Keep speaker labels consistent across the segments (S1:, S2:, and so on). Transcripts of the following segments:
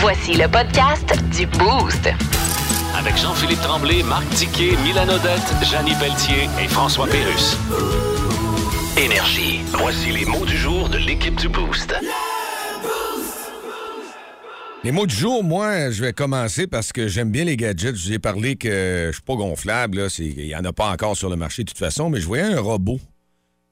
S1: Voici le podcast du Boost.
S2: Avec Jean-Philippe Tremblay, Marc Tiquet, Milan Odette, Janine Pelletier et François Pérus. Énergie. Voici les mots du jour de l'équipe du Boost.
S3: Les mots du jour, moi, je vais commencer parce que j'aime bien les gadgets. Je vous ai parlé que je suis pas gonflable. là. C'est- Il n'y en a pas encore sur le marché de toute façon, mais je voyais un robot.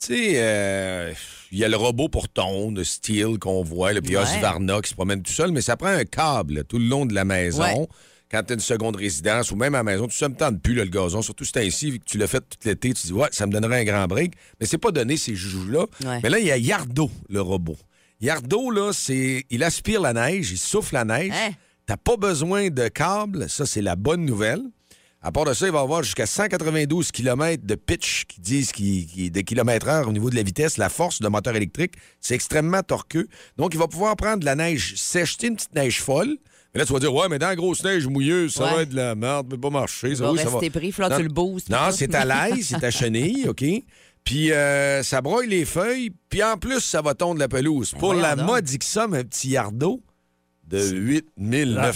S3: Tu sais, euh, il y a le robot pour ton, de steel qu'on voit, le puis
S4: Ouais.
S3: Varna qui se promène tout seul, mais ça prend un câble tout le long de la maison.
S4: Ouais.
S3: Quand tu as une seconde résidence ou même à la maison, tu sais, ça me tente plus là, le gazon, surtout si t'as ici, vu que tu l'as fait tout l'été, tu dis, ouais, ça me donnerait un grand break. Mais c'est pas donné ces joujoux-là.
S4: Ouais.
S3: Mais là, il y a Yardo, le robot. Yardo, là, c'est. Il aspire la neige, il souffle la neige.
S4: Hein?
S3: T'as pas besoin de câble, ça, c'est la bonne nouvelle. À part de ça, il va y avoir jusqu'à 192 km de pitch qui disent qui, qui- de kilomètres heure au niveau de la vitesse, la force d'un moteur électrique. C'est extrêmement torqueux. Donc, il va pouvoir prendre de la neige sèche, tu sais, une petite neige folle. Mais là, tu vas dire, ouais, mais dans la grosse neige mouilleuse, ça
S4: Ouais.
S3: va être de la merde, mais pas marcher.
S4: va
S3: oui, ça
S4: rester ben, pris, puis là,
S3: Non,
S4: tu le boostes, puis
S3: Non,
S4: tout.
S3: c'est à l'aise, c'est à chenille, OK? Puis euh, ça broye les feuilles, puis en plus, ça va tondre la pelouse. Pour
S4: voyons
S3: la
S4: donc.
S3: modique somme, un petit yardeau de 8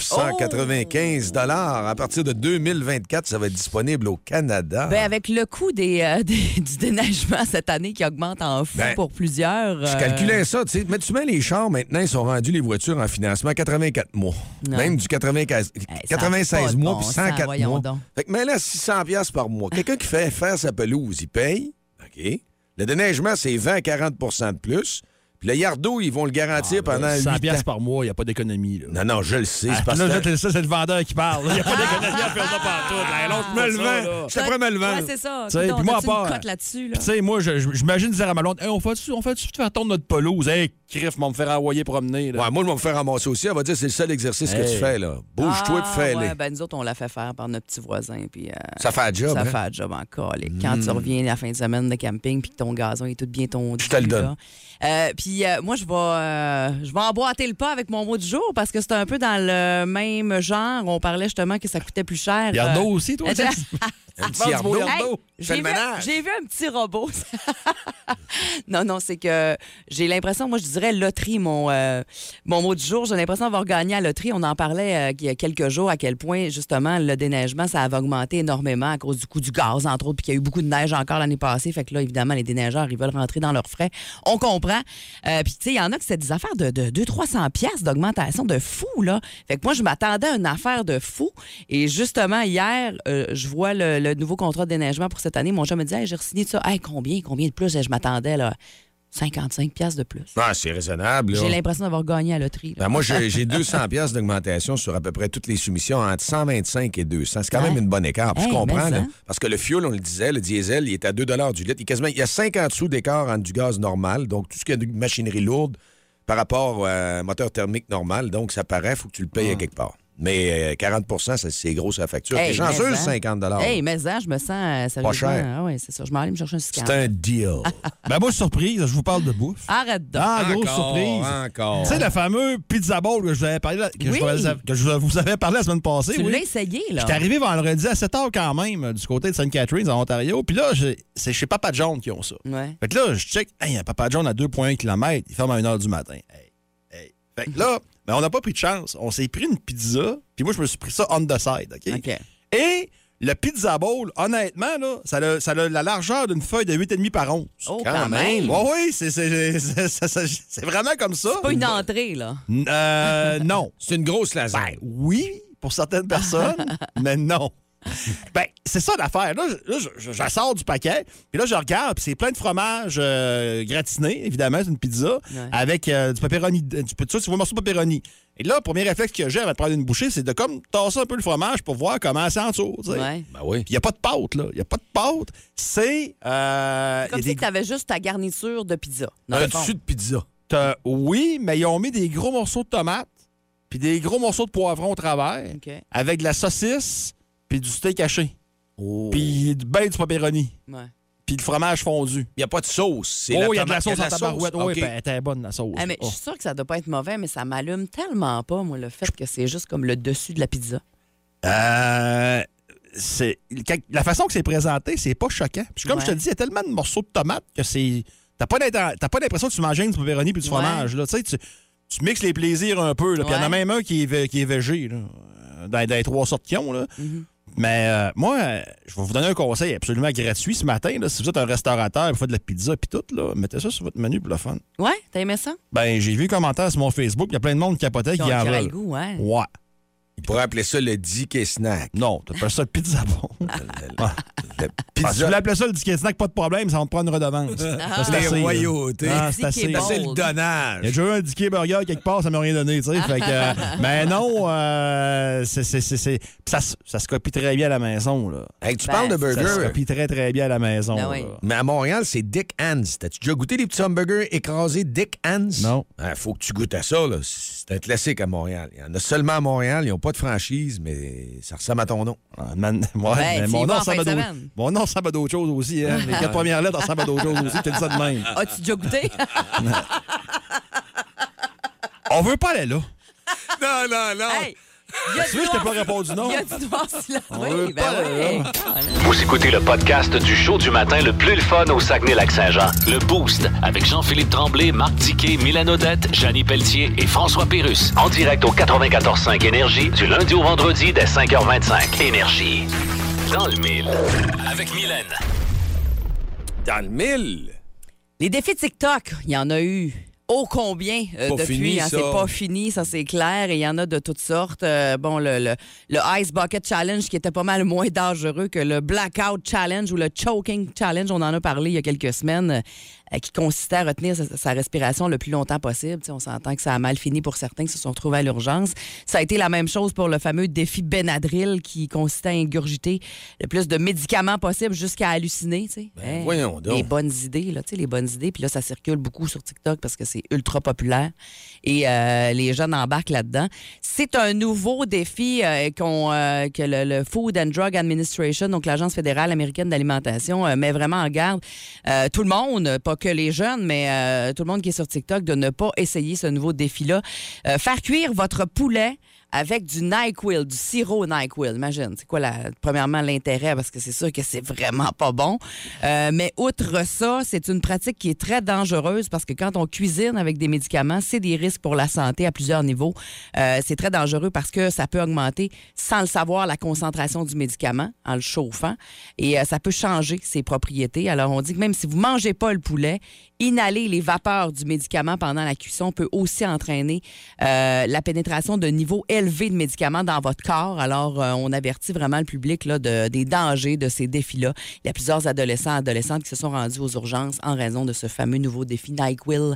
S3: 995
S4: Oh!
S3: dollars. À partir de 2024, ça va être disponible au Canada.
S4: Ben, avec le coût des, euh, des- du déneigement cette année qui augmente en fou
S3: Ben,
S4: pour plusieurs.
S3: je
S4: euh,
S3: calculais ça, tu sais. Mais tu mets les chars maintenant, ils sont rendus les voitures en financement 84 mois.
S4: Non. Eh,
S3: Même du 95,
S4: ça a pas
S3: 96
S4: de
S3: mois
S4: bon
S3: puis
S4: sens,
S3: 104
S4: voyons
S3: mois.
S4: donc.
S3: Fait que mets là 600 pièces par mois. Quelqu'un qui fait faire sa pelouse, il paye. OK. Le déneigement, c'est 20 à 40 de plus. Puis le yardeau, ils vont le garantir
S4: Ah,
S3: pendant
S5: 100
S3: huit ans.
S5: Euh, piastres par mois, il n'y a pas d'économie. là.
S3: Non, non, je le sais.
S5: Ah,
S3: c'est parce
S5: là,
S3: que...
S5: c'est- ça, c'est le vendeur qui parle. Ah! Il n'y a pas d'économie à faire ça partout. Hey, L'autre me le
S3: Ah,
S5: vend. Je te promets le vent.
S4: Ouais, c'est ça.
S5: Tu sais,
S4: Coudon,
S5: puis moi,
S4: t'as-tu
S5: à part-
S4: une cote là-dessus. là?
S5: Puis, tu sais, moi, je- je- j'imagine dire à ma blonde, Hey, on fait-tu on fait faire tourner notre pelouse? Hey, crif, m'en me faire envoyer promener. là.
S3: Ouais, moi, je vais me faire ramasser aussi. Elle va dire, c'est le seul exercice que
S5: Hey.
S3: tu fais, là. Bouge-toi
S4: Ah,
S3: et fais-les.
S4: ouais, ben, nous autres, on l'a fait faire par notre petit voisin. Puis, euh,
S3: Ça fait un job,
S4: Ça
S3: hein? Hmm.
S4: fait un job encore. les- Quand tu reviens la fin de semaine de camping puis que ton gazon est tout bien tondu.
S3: Je te le donne.
S4: là. Euh, puis euh, moi, je vais, euh, je vais emboîter le pas avec mon mot du jour parce que c'est un peu dans le même genre. On parlait justement que ça coûtait plus cher.
S5: Yardo
S4: euh,
S5: aussi, toi?
S4: Attends.
S5: tu sais?
S3: Un
S5: Pense
S3: petit
S5: du
S3: yardeau.
S5: beau
S4: Hey,
S5: yardeau.
S3: Fais
S4: j'ai
S3: le
S4: vu,
S3: ménage.
S4: j'ai vu un petit robot. non, non, c'est que j'ai l'impression, moi je dirais loterie, mon, euh, mon mot du jour, j'ai l'impression d'avoir gagné à la loterie. On en parlait euh, il y a quelques jours à quel point justement le déneigement, ça avait augmenté énormément à cause du coût du gaz, entre autres, puis qu'il y a eu beaucoup de neige encore l'année passée. Fait que là, évidemment, les déneigeurs, ils veulent rentrer dans leurs frais. On comprend. Euh, puis tu sais, il y en a que c'est des affaires de, de 200-300 piastres d'augmentation de fou, là. Fait que moi, je m'attendais à une affaire de fou. Et justement, hier, euh, je vois le, le nouveau contrat de déneigement pour cette année. Mon chum me dit, Hey, j'ai signé ça. Hey, combien, combien de plus? Et je m'attendais, là, 55 piastres de plus.
S3: Ah, c'est raisonnable, là.
S4: J'ai l'impression d'avoir gagné à la loterie. là.
S3: Ben, moi, j'ai j'ai 200 pièces d'augmentation sur à peu près toutes les soumissions entre 125 et 200. C'est quand
S4: Ouais.
S3: même une bonne écart. Puis
S4: Hey,
S3: je comprends,
S4: mais
S3: là,
S4: ça.
S3: parce que le fuel, on le disait, le diesel, il est à 2 du litre. Il, est quasiment, il y a 50 sous d'écart entre du gaz normal, donc tout ce qui est de machinerie lourde par rapport à un moteur thermique normal. Donc, ça paraît, il faut que tu le payes à quelque part. Mais euh, 40 ça, c'est gros, sa facture.
S4: Hey,
S3: T'es chanceux,
S4: mais, hein.
S3: 50
S4: Hey, mais ça, je me sens euh, sérieusement.
S3: cher.
S4: Ah ouais, c'est ça. Je m'en allais me chercher un
S3: C'est
S4: scan.
S3: un deal.
S5: Ben, moi, surprise, je vous parle de bouffe.
S4: Arrête donc.
S5: Ah, grosse
S3: Encore,
S5: surprise.
S3: Encore.
S5: Tu sais, le fameux pizza bowl que je vous avais parlé, la- que, je
S4: Oui.
S5: vous avais- que je vous avais parlé la semaine passée.
S4: tu
S5: oui.
S4: l'as essayé, là.
S5: J'étais arrivé vendredi à 7h quand même, euh, du côté de St. Catharines, en Ontario. Puis là, j'ai- c'est chez Papa John qui ont ça.
S4: Ouais.
S5: Fait que là, je check, hey, Papa John à 2,1 km, il ferme à 1h du matin. Hey, hey. Fait que là, ben, on n'a pas pris de chance. On s'est pris une pizza, puis moi, je me suis pris ça on the side, OK?
S4: OK.
S5: Et le pizza bowl, honnêtement, là, ça, a, ça a la largeur d'une feuille de 8,5 par 11.
S4: Oh,
S3: Quand
S4: quand,
S3: même.
S4: même.
S5: Oui, oui, c'est c'est- c'est- c'est- c'est- c'est vraiment comme ça.
S4: Pas une entrée, là.
S5: Euh, non.
S3: C'est une grosse lasagne.
S5: Ben oui, pour certaines personnes, mais non. Ben, c'est ça l'affaire. Là, je, là, je- je sors du paquet, puis là, je regarde, puis c'est plein de fromage euh, gratiné, évidemment, c'est une pizza,
S4: Ouais.
S5: avec euh, du pepperoni. euh, Du, tu vois, tu vois, un morceau de pepperoni. Et là, le premier réflexe que j'ai avant de prendre une bouchée, c'est de comme tasser un peu le fromage pour voir comment c'est en dessous. tu sais.
S4: Ouais.
S3: Ben oui.
S5: Puis il n'y a pas de pâte, là. Il n'y a pas de pâte. C'est. euh,
S4: Comme
S5: il y
S4: si
S5: a des- Ah,
S4: tu avais juste ta garniture de pizza. dans le
S3: Un
S4: fond.
S3: dessus de pizza.
S5: t'as- Oui, mais ils ont mis des gros morceaux de tomates, puis des gros morceaux de poivron au travers.
S4: OK.
S5: avec de la saucisse, puis du steak haché, puis du ben du pepperoni,
S4: Ouais.
S5: puis du fromage fondu.
S3: Il n'y a pas de sauce. c'est
S5: Oh, il y a
S3: tomate-
S5: de la sauce en
S3: sauce.
S5: tabarouette. Oui,
S3: OK.
S5: ben, elle était bonne, la sauce.
S4: Ah, mais
S5: Oh.
S4: Je suis sûre que ça doit pas être mauvais, mais ça m'allume tellement pas, moi, le fait que c'est juste comme le dessus de la pizza.
S5: Euh, c'est- quand- la façon que c'est présenté, c'est pas choquant. Puis comme je te
S4: Ouais.
S5: le dis, il y a tellement de morceaux de tomates que c'est... T'as pas l'inten- t'as pas l'impression que tu manges du pepperoni puis du
S4: Ouais.
S5: fromage. Là. Tu sais, tu- tu mixes les plaisirs un peu. là. Puis il y en a
S4: Ouais.
S5: même un qui est, vé- qui est végé, là, euh, dans, dans les trois sortes qu'ils ont. Là.
S4: Mm-hmm.
S5: Mais euh, moi, euh, je vais vous donner un conseil absolument gratuit ce matin. là. si vous êtes un restaurateur, vous faites de la pizza puis tout, là, mettez ça sur votre menu pour le fun.
S4: Ouais, t'as aimé ça?
S5: Ben, j'ai vu un commentaire sur mon Facebook, il y a plein de monde qui capotait
S4: Qui
S5: qui en
S4: a le
S5: veulent.
S4: goût, ouais.
S5: Ouais.
S3: Il pourrait appeler ça le Dick Snack.
S5: Non, t'appelles ça pizza bon.
S3: Le
S5: Ah, si vous
S3: pizza.
S5: voulez appeler ça le ticket snack, pas de problème, ça va te prendre une redevance.
S4: Ah.
S5: Ça, c'est
S3: Les
S5: assez, là.
S3: royautés.
S5: Ah,
S4: Le
S5: c'est assez.
S4: ticket
S3: Ben, c'est le
S4: Bold.
S5: Il y a
S3: donnage.
S5: déjà eu un Dicky Burger quelque part, ça m'a rien donné, tu sais. Fait que, euh, mais non, euh, c'est, c'est, c'est, c'est- pis ça, se- ça se copie très bien à la maison, là.
S3: Hey, tu
S4: Ben,
S3: parles de
S5: Ça se
S3: burger,
S5: copie très, très bien à la maison.
S4: Ben oui.
S5: là.
S3: mais à Montréal, c'est Dick Hans. T'as-tu déjà goûté les petits hamburgers écrasés Dick Hans?
S5: Non.
S3: Ah, faut que tu goûtes à ça. là. C'est un classique à Montréal. Il y en a seulement à Montréal. Ils n'ont pas de franchise, mais ça ressemble à ton nom.
S5: Ah, man- ouais, mais
S4: tu y vas
S5: mon, nom,
S4: Ben, en
S5: ça
S4: fin
S5: va
S4: de
S5: d'autres,
S4: semaine.
S5: mon nom, ça va d'autres choses aussi. Hein. Les quatre premières lettres, ça va d'autres choses aussi. Je te dis ça de même.
S4: As-tu déjà goûté?
S5: On veut pas aller là.
S3: Non, non, non.
S4: Hey! Il y a
S5: Tu veux,
S4: du
S5: je t'ai
S4: noir-
S5: pas répondu non.
S4: Il y a du noir sur la-
S5: veut
S4: Oui,
S5: pas, là.
S4: ben oui.
S2: Vous écoutez le podcast du show du matin le plus le fun au Saguenay-Lac-Saint-Jean. Le Boost avec Jean-Philippe Tremblay, Marc Diquet, Milan Odette, Janine Pelletier et François Pérus. En direct au 94.5 Énergie du lundi au vendredi dès 5h25. Énergie. Dans le mille. Avec Mylène.
S3: Dans le mille.
S4: Les défis de TikTok, il y en a eu. Ô combien euh,
S3: Pas
S4: depuis,
S3: fini,
S4: hein,
S3: ça.
S4: c'est pas fini, ça c'est clair, et il y en a de toutes sortes. Euh, bon, le, le- le Ice Bucket Challenge qui était pas mal moins dangereux que le Blackout Challenge ou le Choking Challenge, on en a parlé il y a quelques semaines, euh, qui consistait à retenir sa, sa respiration le plus longtemps possible. Tu sais, on s'entend que ça a mal fini pour certains qui se sont retrouvés à l'urgence. Ça a été la même chose pour le fameux défi Benadryl qui consistait à ingurgiter le plus de médicaments possible jusqu'à halluciner. tu sais. Hey,
S3: Ben, voyons donc.
S4: les bonnes idées, là, tu sais, les bonnes idées. Puis là, ça circule beaucoup sur TikTok parce que c'est ultra populaire et euh, les jeunes embarquent là-dedans. C'est un nouveau défi euh, qu'on, euh, que le, le Food and Drug Administration, donc l'Agence fédérale américaine d'alimentation, euh, met vraiment en garde euh, tout le monde, pas que les jeunes, mais euh, tout le monde qui est sur TikTok, de ne pas essayer ce nouveau défi-là. Euh, faire cuire votre poulet avec du NyQuil, du sirop NyQuil. Imagine, c'est quoi, la, premièrement, l'intérêt, parce que c'est sûr que c'est vraiment pas bon. Euh, mais outre ça, c'est une pratique qui est très dangereuse parce que quand on cuisine avec des médicaments, c'est des risques pour la santé à plusieurs niveaux. Euh, c'est très dangereux parce que ça peut augmenter, sans le savoir, la concentration du médicament en le chauffant et euh, ça peut changer ses propriétés. Alors, on dit que même si vous mangez pas le poulet, inhaler les vapeurs du médicament pendant la cuisson peut aussi entraîner euh, la pénétration de niveaux élevés de médicaments dans votre corps. Alors, euh, on avertit vraiment le public là, de- des dangers de ces défis-là. Il y a plusieurs adolescents et adolescentes qui se sont rendus aux urgences en raison de ce fameux nouveau défi NyQuil,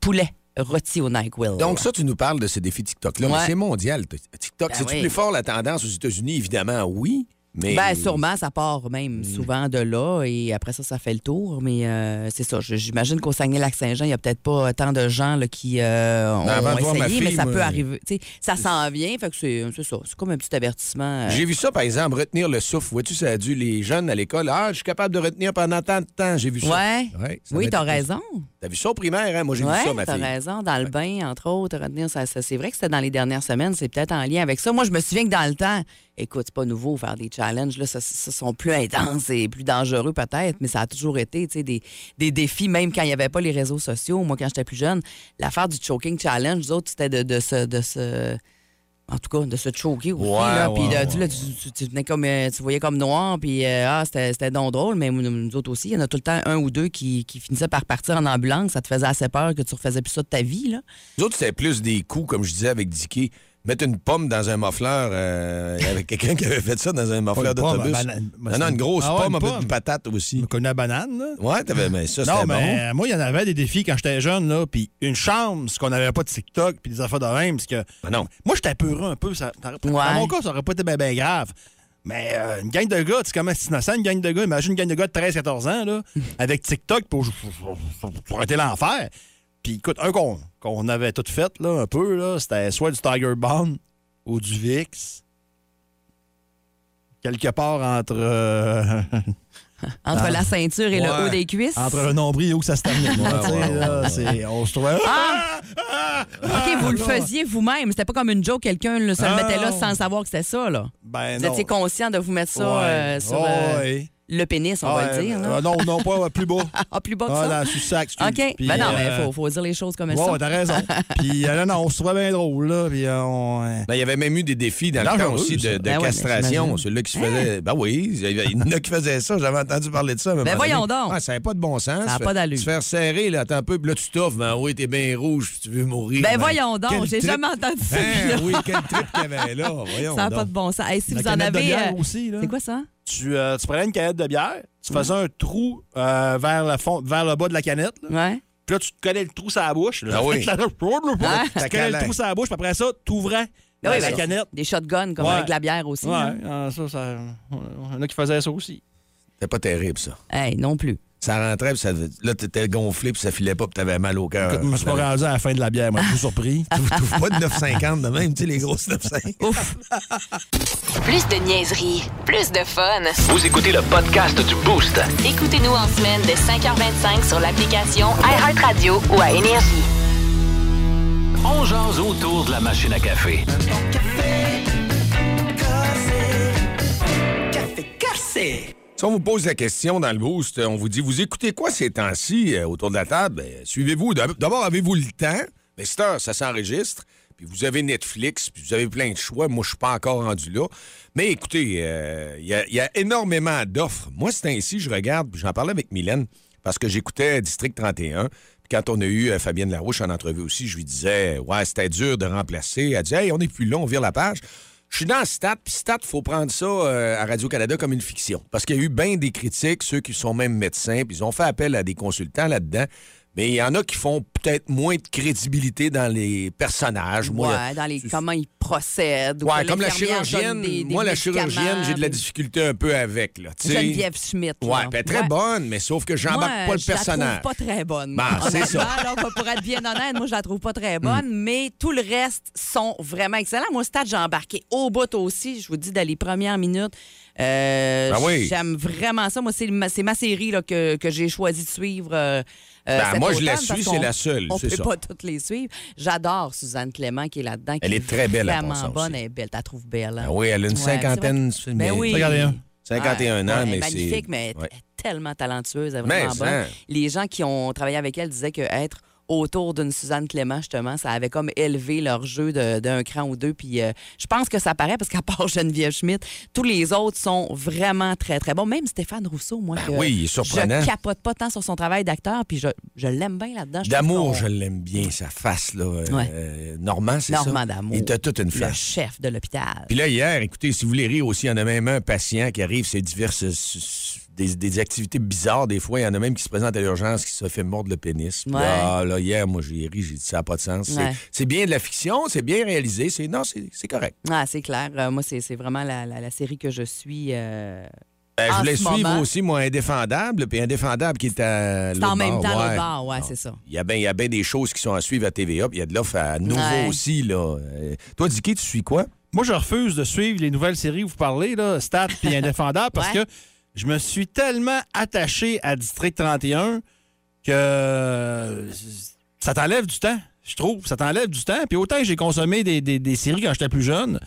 S4: poulet rôti au NyQuil.
S3: Donc, ça, tu nous parles de ces défis TikTok-là.
S4: Ouais.
S3: mais C'est mondial. t- TikTok,
S4: Ben
S3: c'est-tu
S4: oui.
S3: plus fort la tendance aux États-Unis? Évidemment, oui. Mais.
S4: Ben, sûrement, ça part
S3: Mm.
S4: même souvent de là et après ça, ça fait le tour. Mais euh, c'est ça, je- j'imagine qu'au Saguenay-Lac-Saint-Jean, il n'y a peut-être pas tant de gens là, qui euh, ont,
S3: Ben, avant
S4: ont
S3: de voir ma
S4: essayé, mais
S3: fille,
S4: ça
S3: moi,
S4: peut arriver. Tu sais, ça s'en vient, fait que c'est c'est ça, c'est comme un petit avertissement. euh.
S3: J'ai vu ça, par exemple, retenir le souffle. Vois-tu, ça a dû les jeunes à l'école. Ah, je suis capable de retenir pendant tant de temps. J'ai vu ça.
S4: Ouais.
S3: ça
S4: Oui,
S3: m'a
S4: t'as
S3: été-
S4: raison.
S3: T'as vu ça au primaire, hein? Moi, j'ai vu ça,
S4: Oui,
S3: ma
S4: t'as
S3: fille.
S4: raison. Dans le bain, entre autres, retenir ça. ça- c'est vrai que c'était dans les dernières semaines, c'est peut-être en lien avec ça. Moi, je me souviens que dans le temps, écoute, c'est pas nouveau faire des challenges, là, ça, ça sont plus intenses et plus dangereux peut-être, mais ça a toujours été tu sais, des, des défis, même quand il n'y avait pas les réseaux sociaux. Moi, quand j'étais plus jeune, l'affaire du choking challenge, nous autres, c'était de, de se. De se- en tout cas, de se choquer aussi.
S5: Ouais,
S4: là, puis
S5: ouais,
S4: là, tu, là, tu- tu- tu venais comme, euh, tu voyais comme noir, puis euh, ah, c'était c'était donc drôle, mais nous, nous autres aussi, il y en a tout le temps un ou deux qui, qui finissaient par partir en ambulance. Ça te faisait assez peur que tu refaisais plus ça de ta vie. Là.
S3: Nous autres, c'était plus des coups, comme je disais avec Dicky. Mettre une pomme dans un muffleur, euh, il y avait quelqu'un qui avait fait ça dans un
S5: Pas
S3: muffleur
S5: une pomme,
S3: d'autobus.
S5: un banane.
S3: Non, non, une grosse
S5: Ah ouais,
S3: pomme
S5: une
S3: avec
S5: pomme.
S3: une patate aussi.
S5: Tu connais la banane, là?
S3: Ouais, t'avais, mais ça,
S5: Non,
S3: c'était
S5: mais
S3: bon.
S5: euh, moi, il y en avait des défis quand j'étais jeune, là. Puis une chance qu'on n'avait pas de TikTok, puis des affaires de même, parce que.
S3: Ah non.
S5: Moi, j'étais peureux un peu. Ça, ça- Dans
S4: Ouais.
S5: mon cas, ça aurait pas été bien grave. Mais euh, une gang de gars, tu sais comment c'est innocent, une gang de gars. Imagine une gang de gars de 13-14 ans, là, avec TikTok, pour aurait été l'enfer. Puis écoute, un qu'on qu'on avait tout fait, là, un peu, là, c'était soit du Tiger Bond ou du VIX. Quelque part entre, euh,
S4: Entre la ceinture et
S3: Ouais.
S4: le haut des cuisses.
S5: Ah. entre le nombril et où que ça se termine. là, tu sais, là, c'est- On se trouvait.
S4: Ah! OK, vous le faisiez vous-même. C'était pas comme une joke, quelqu'un le- se le
S5: Ah,
S4: mettait là
S5: non.
S4: sans savoir que c'était ça. Là.
S5: Ben
S4: Vous
S5: non.
S4: étiez conscient de vous mettre ça
S5: Ouais.
S4: euh, sur
S5: Ouais.
S4: euh, le pénis, on
S5: Ah,
S4: va le dire.
S5: euh,
S4: là.
S5: euh, non, non, pas euh, plus bas.
S4: Ah, plus bas que
S5: Ah,
S4: ça?
S5: dans sous sac, excuse.
S4: OK.
S5: Puis,
S4: ben non, mais
S5: euh,
S4: faut, faut dire les choses comme elles
S5: Ouais,
S4: sont.
S5: t'as raison. Puis euh, non, non, on se trouvait bien drôle, là. Puis euh, on. euh,
S3: Non, Ben, il y avait même eu des défis dans le
S5: Dangereux,
S3: temps aussi de,
S5: ça.
S3: de
S4: Ben ouais,
S3: castration.
S4: j'imagine. Hein?
S3: Celui-là qui se faisait. Ben oui, il y avait- il y en a qui faisaient ça. J'avais entendu parler de ça. à un moment
S4: Ben voyons
S3: donné.
S4: donc.
S3: Ah, ça n'avait pas de bon sens.
S4: Ça a
S3: Se-
S4: pas d'allure.
S3: Se faire serrer, là, attends un peu, puis là, tu t'offres. Ben oui, t'es bien rouge, puis tu veux mourir.
S4: Ben
S3: Ben,
S4: voyons
S3: quel
S4: donc, j'ai
S3: trip.
S4: jamais entendu ça.
S3: Hein, oui, quel trip qu'il y avait là. Voyons.
S4: Ça n'a pas
S3: donc.
S4: de bon sens. Hey, si
S5: Oh, la
S4: vous en
S5: canette de
S4: avez.
S5: bière
S4: euh,
S5: aussi, là.
S4: C'est quoi ça?
S5: Tu, euh, tu prenais une canette de bière, tu faisais un trou euh, vers, le fond, vers le bas de la canette, là.
S4: Ouais.
S5: Puis là, tu te collais le trou sur la bouche. Là.
S3: Ah oui.
S5: tu te collais le
S3: câlin.
S5: trou sur la bouche, puis après ça, t'ouvrais dans
S4: oui,
S5: la
S4: ben,
S5: canette.
S4: Des shotguns, comme
S5: Ouais.
S4: avec la bière aussi.
S5: Ouais,
S4: là.
S5: ah, ça, ça. Il y en a qui faisaient ça aussi.
S3: C'était pas terrible, ça.
S4: Hey, non plus.
S3: Ça rentrait, puis ça, là, t'étais gonflé, puis ça filait pas, puis t'avais mal au cœur.
S5: Écoute, Euh, je me suis pas rendu à la fin de la bière, moi, je suis surpris.
S3: T'ouvres pas de 9,50 de même, tu sais, les grosses 9,50.
S1: Plus de niaiserie, plus de fun.
S2: Vous écoutez le podcast du Boost.
S1: Écoutez-nous en semaine de 5h25 sur l'application iHeartRadio ou à Énergie.
S2: On jase autour de la machine à café.
S3: Si on vous pose la question dans le boost, on vous dit, vous écoutez quoi ces temps-ci euh, autour de la table? Ben, Suivez-vous. D'ab- D'abord, avez-vous le temps? Mais c'est heure, ça s'enregistre. Puis vous avez Netflix, puis vous avez plein de choix. Moi, je suis pas encore rendu là. Mais écoutez, euh, il y, a- il y a énormément d'offres. Moi, c'est ainsi, je regarde, puis j'en parlais avec Mylène, parce que j'écoutais District 31. Puis quand on a eu euh, Fabienne Larouche en entrevue aussi, je lui disais, ouais, c'était dur de remplacer. Elle dit, hey, on est plus long, on vire la page. Je suis dans Stat, puis Stat, faut prendre ça euh, à Radio-Canada comme une fiction. Parce qu'il y a eu bien des critiques, ceux qui sont même médecins, puis ils ont fait appel à des consultants là-dedans. Mais il y en a qui font peut-être moins de crédibilité dans les personnages. Moi,
S4: ouais, dans les
S3: tu-
S4: comment ils procèdent. ou
S3: Ouais,
S4: que
S3: comme la
S4: l'infirmière donne
S3: chirurgienne,
S4: des- des
S3: moi, la
S4: médicaments,
S3: chirurgienne, j'ai de la
S4: puis-
S3: difficulté un peu avec. Là, tu sais.
S4: Geneviève Schmidt.
S3: Ouais,
S4: là.
S3: puis elle est très
S4: Ouais.
S3: bonne, mais sauf que j'embarque
S4: Moi,
S3: pas le
S4: je la trouve
S3: personnage.
S4: pas très bonne.
S3: Ben,
S4: moi.
S3: c'est ça. Hmm.
S4: Honnêtement, là, pour être bien honnête, moi, je la trouve pas très bonne, mais tout le reste sont vraiment excellents. Moi, Stade, j'ai embarqué au bout aussi. Je vous dis, dans les premières minutes, euh,
S3: Ben oui.
S4: j'aime vraiment ça. Moi, c'est ma, c'est ma série là, que, que j'ai choisi de suivre. euh, euh,
S3: Ben,
S4: cet
S3: moi, je la
S4: automne, parce
S3: suis,
S4: qu'on-
S3: c'est la seule,
S4: On
S3: c'est
S4: peut
S3: ça.
S4: pas toutes les suivre. J'adore Suzanne Clément qui est là-dedans. qui
S3: Elle est très belle, à
S4: Vraiment
S3: mon sens
S4: bonne,
S3: aussi.
S4: elle est belle. Tu la trouves belle. hein?
S3: Ah oui, elle a une
S4: Ouais,
S3: cinquantaine.
S4: c'est vrai. Ben oui.
S5: Regardez, hein.
S3: 51
S4: Ouais,
S3: ans,
S4: elle est
S3: mais c'est.
S4: magnifique, mais elle est-
S3: Ouais.
S4: elle est tellement talentueuse, elle est
S3: Mais hein.
S4: vraiment bonne.
S3: ça.
S4: Les gens qui ont travaillé avec elle disaient que être autour d'une Suzanne Clément, justement, ça avait comme élevé leur jeu de- d'un cran ou deux. Puis euh, je pense que ça paraît, parce qu'à part Geneviève Schmidt, tous les autres sont vraiment très, très bons. Même Stéphane Rousseau, moi, que
S3: Ben oui, il est surprenant.
S4: je capote pas tant sur son travail d'acteur, puis je, je l'aime bien là-dedans. Je trouve
S3: D'amour,
S4: qu'on-
S3: je l'aime bien, sa face, là. euh,
S4: Ouais.
S3: euh, Normand, c'est ça?
S4: Normand d'amour.
S3: Il était toute une
S4: Le
S3: flash.
S4: chef de l'hôpital.
S3: Puis là, hier, écoutez, si vous voulez rire aussi, il y en a même un patient qui arrive, c'est diverses. s- s- Des, des activités bizarres, des fois. Il y en a même qui se présentent à l'urgence, qui se fait mordre le pénis. Puis
S4: Ouais.
S3: Ah, là, hier, moi, j'ai ri, j'ai dit ça n'a pas de sens. C'est-
S4: Ouais.
S3: C'est bien de la fiction, c'est bien réalisé. c'est Non, c'est c'est correct.
S4: Ah, c'est clair. Euh, moi, c'est c'est vraiment la, la- la série que je suis. euh,
S3: Ben,
S4: En
S3: je voulais
S4: ce
S3: suivre
S4: moment-
S3: aussi, moi, Indéfendable, puis Indéfendable qui est à.
S4: C'est
S3: l'autre
S4: en même
S3: bord,
S4: temps,
S3: ouais. Ah.
S4: l'autre bord, ouais, c'est ça.
S3: Il y a bien ben des choses qui sont à suivre à TVA, puis il y a de l'offre à nouveau
S4: Ouais.
S3: aussi. Là. Euh, toi, Dicky, tu suis quoi?
S5: Moi, je refuse de suivre les nouvelles séries où vous parlez, là, Stat puis Indéfendable, parce
S4: Ouais.
S5: que je me suis tellement attaché à District 31 que euh, ça t'enlève du temps, je trouve. Ça t'enlève du temps. Puis autant que j'ai consommé des, des- des séries quand j'étais plus jeune,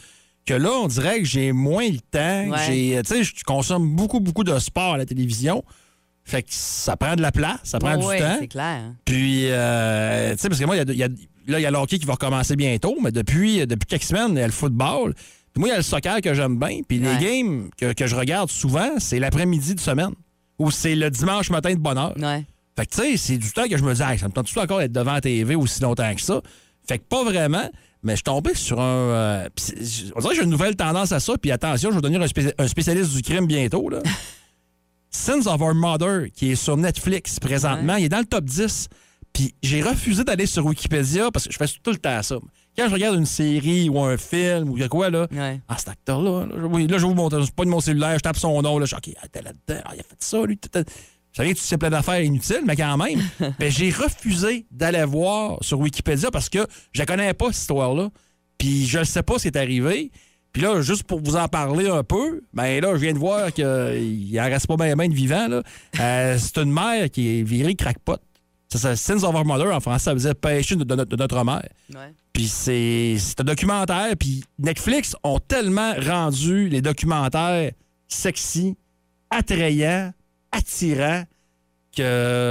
S5: que là, on dirait que j'ai moins le temps. que
S4: Ouais.
S5: j'ai- Tu sais, je consomme beaucoup, beaucoup de sport à la télévision. Fait que ça prend de la place, ça prend
S4: Ouais,
S5: du temps.
S4: c'est clair.
S5: Puis, euh, tu sais, parce que moi, il y a de- il y a- là, il y a le hockey qui va recommencer bientôt, mais depuis, depuis quelques semaines, il y a le football. Puis moi, il y a le soccer que j'aime bien. Puis
S4: Ouais.
S5: les games que, que je regarde souvent, c'est l'après-midi de semaine ou c'est le dimanche matin de bonne heure.
S4: Ouais.
S5: Fait que, tu sais, c'est du temps que je me dis, Hey, ça me tente-tu encore d'être devant la TV aussi longtemps que ça? Fait que pas vraiment, mais je suis tombé sur un. euh, puis c'est- on dirait que j'ai une nouvelle tendance à ça, puis attention, je vais devenir un, spé- un spécialiste du crime bientôt, là. Sins of Our Mother, qui est sur Netflix présentement, il est dans le top 10. Puis j'ai refusé d'aller sur Wikipédia parce que je fais tout le temps ça. Quand je regarde une série ou un film ou de quoi, là,
S4: Ouais.
S5: ah, cet acteur-là, là, je- oui, là, j'ouvre mon pas de mon cellulaire, je tape son nom, là, je dis, OK, ah, t'es là-dedans, ah, il a fait ça, lui. t'es- t'es- Je savais que tu sais plein d'affaires inutiles, mais quand même. ben, j'ai refusé d'aller voir sur Wikipédia parce que je la connais pas, cette histoire-là. Puis je ne sais pas ce qui est arrivé. Puis là, juste pour vous en parler un peu, ben là, je viens de voir qu'il en reste pas bien bien de vivant, là. Euh, c'est une mère qui est virée crackpot. Ça, ça, Sins of Our Mother, en français, ça veut dire péché de- de notre- de notre mère.
S4: Ouais.
S5: Puis c'est c'est un documentaire. Puis Netflix ont tellement rendu les documentaires sexy, attrayant, attirant, que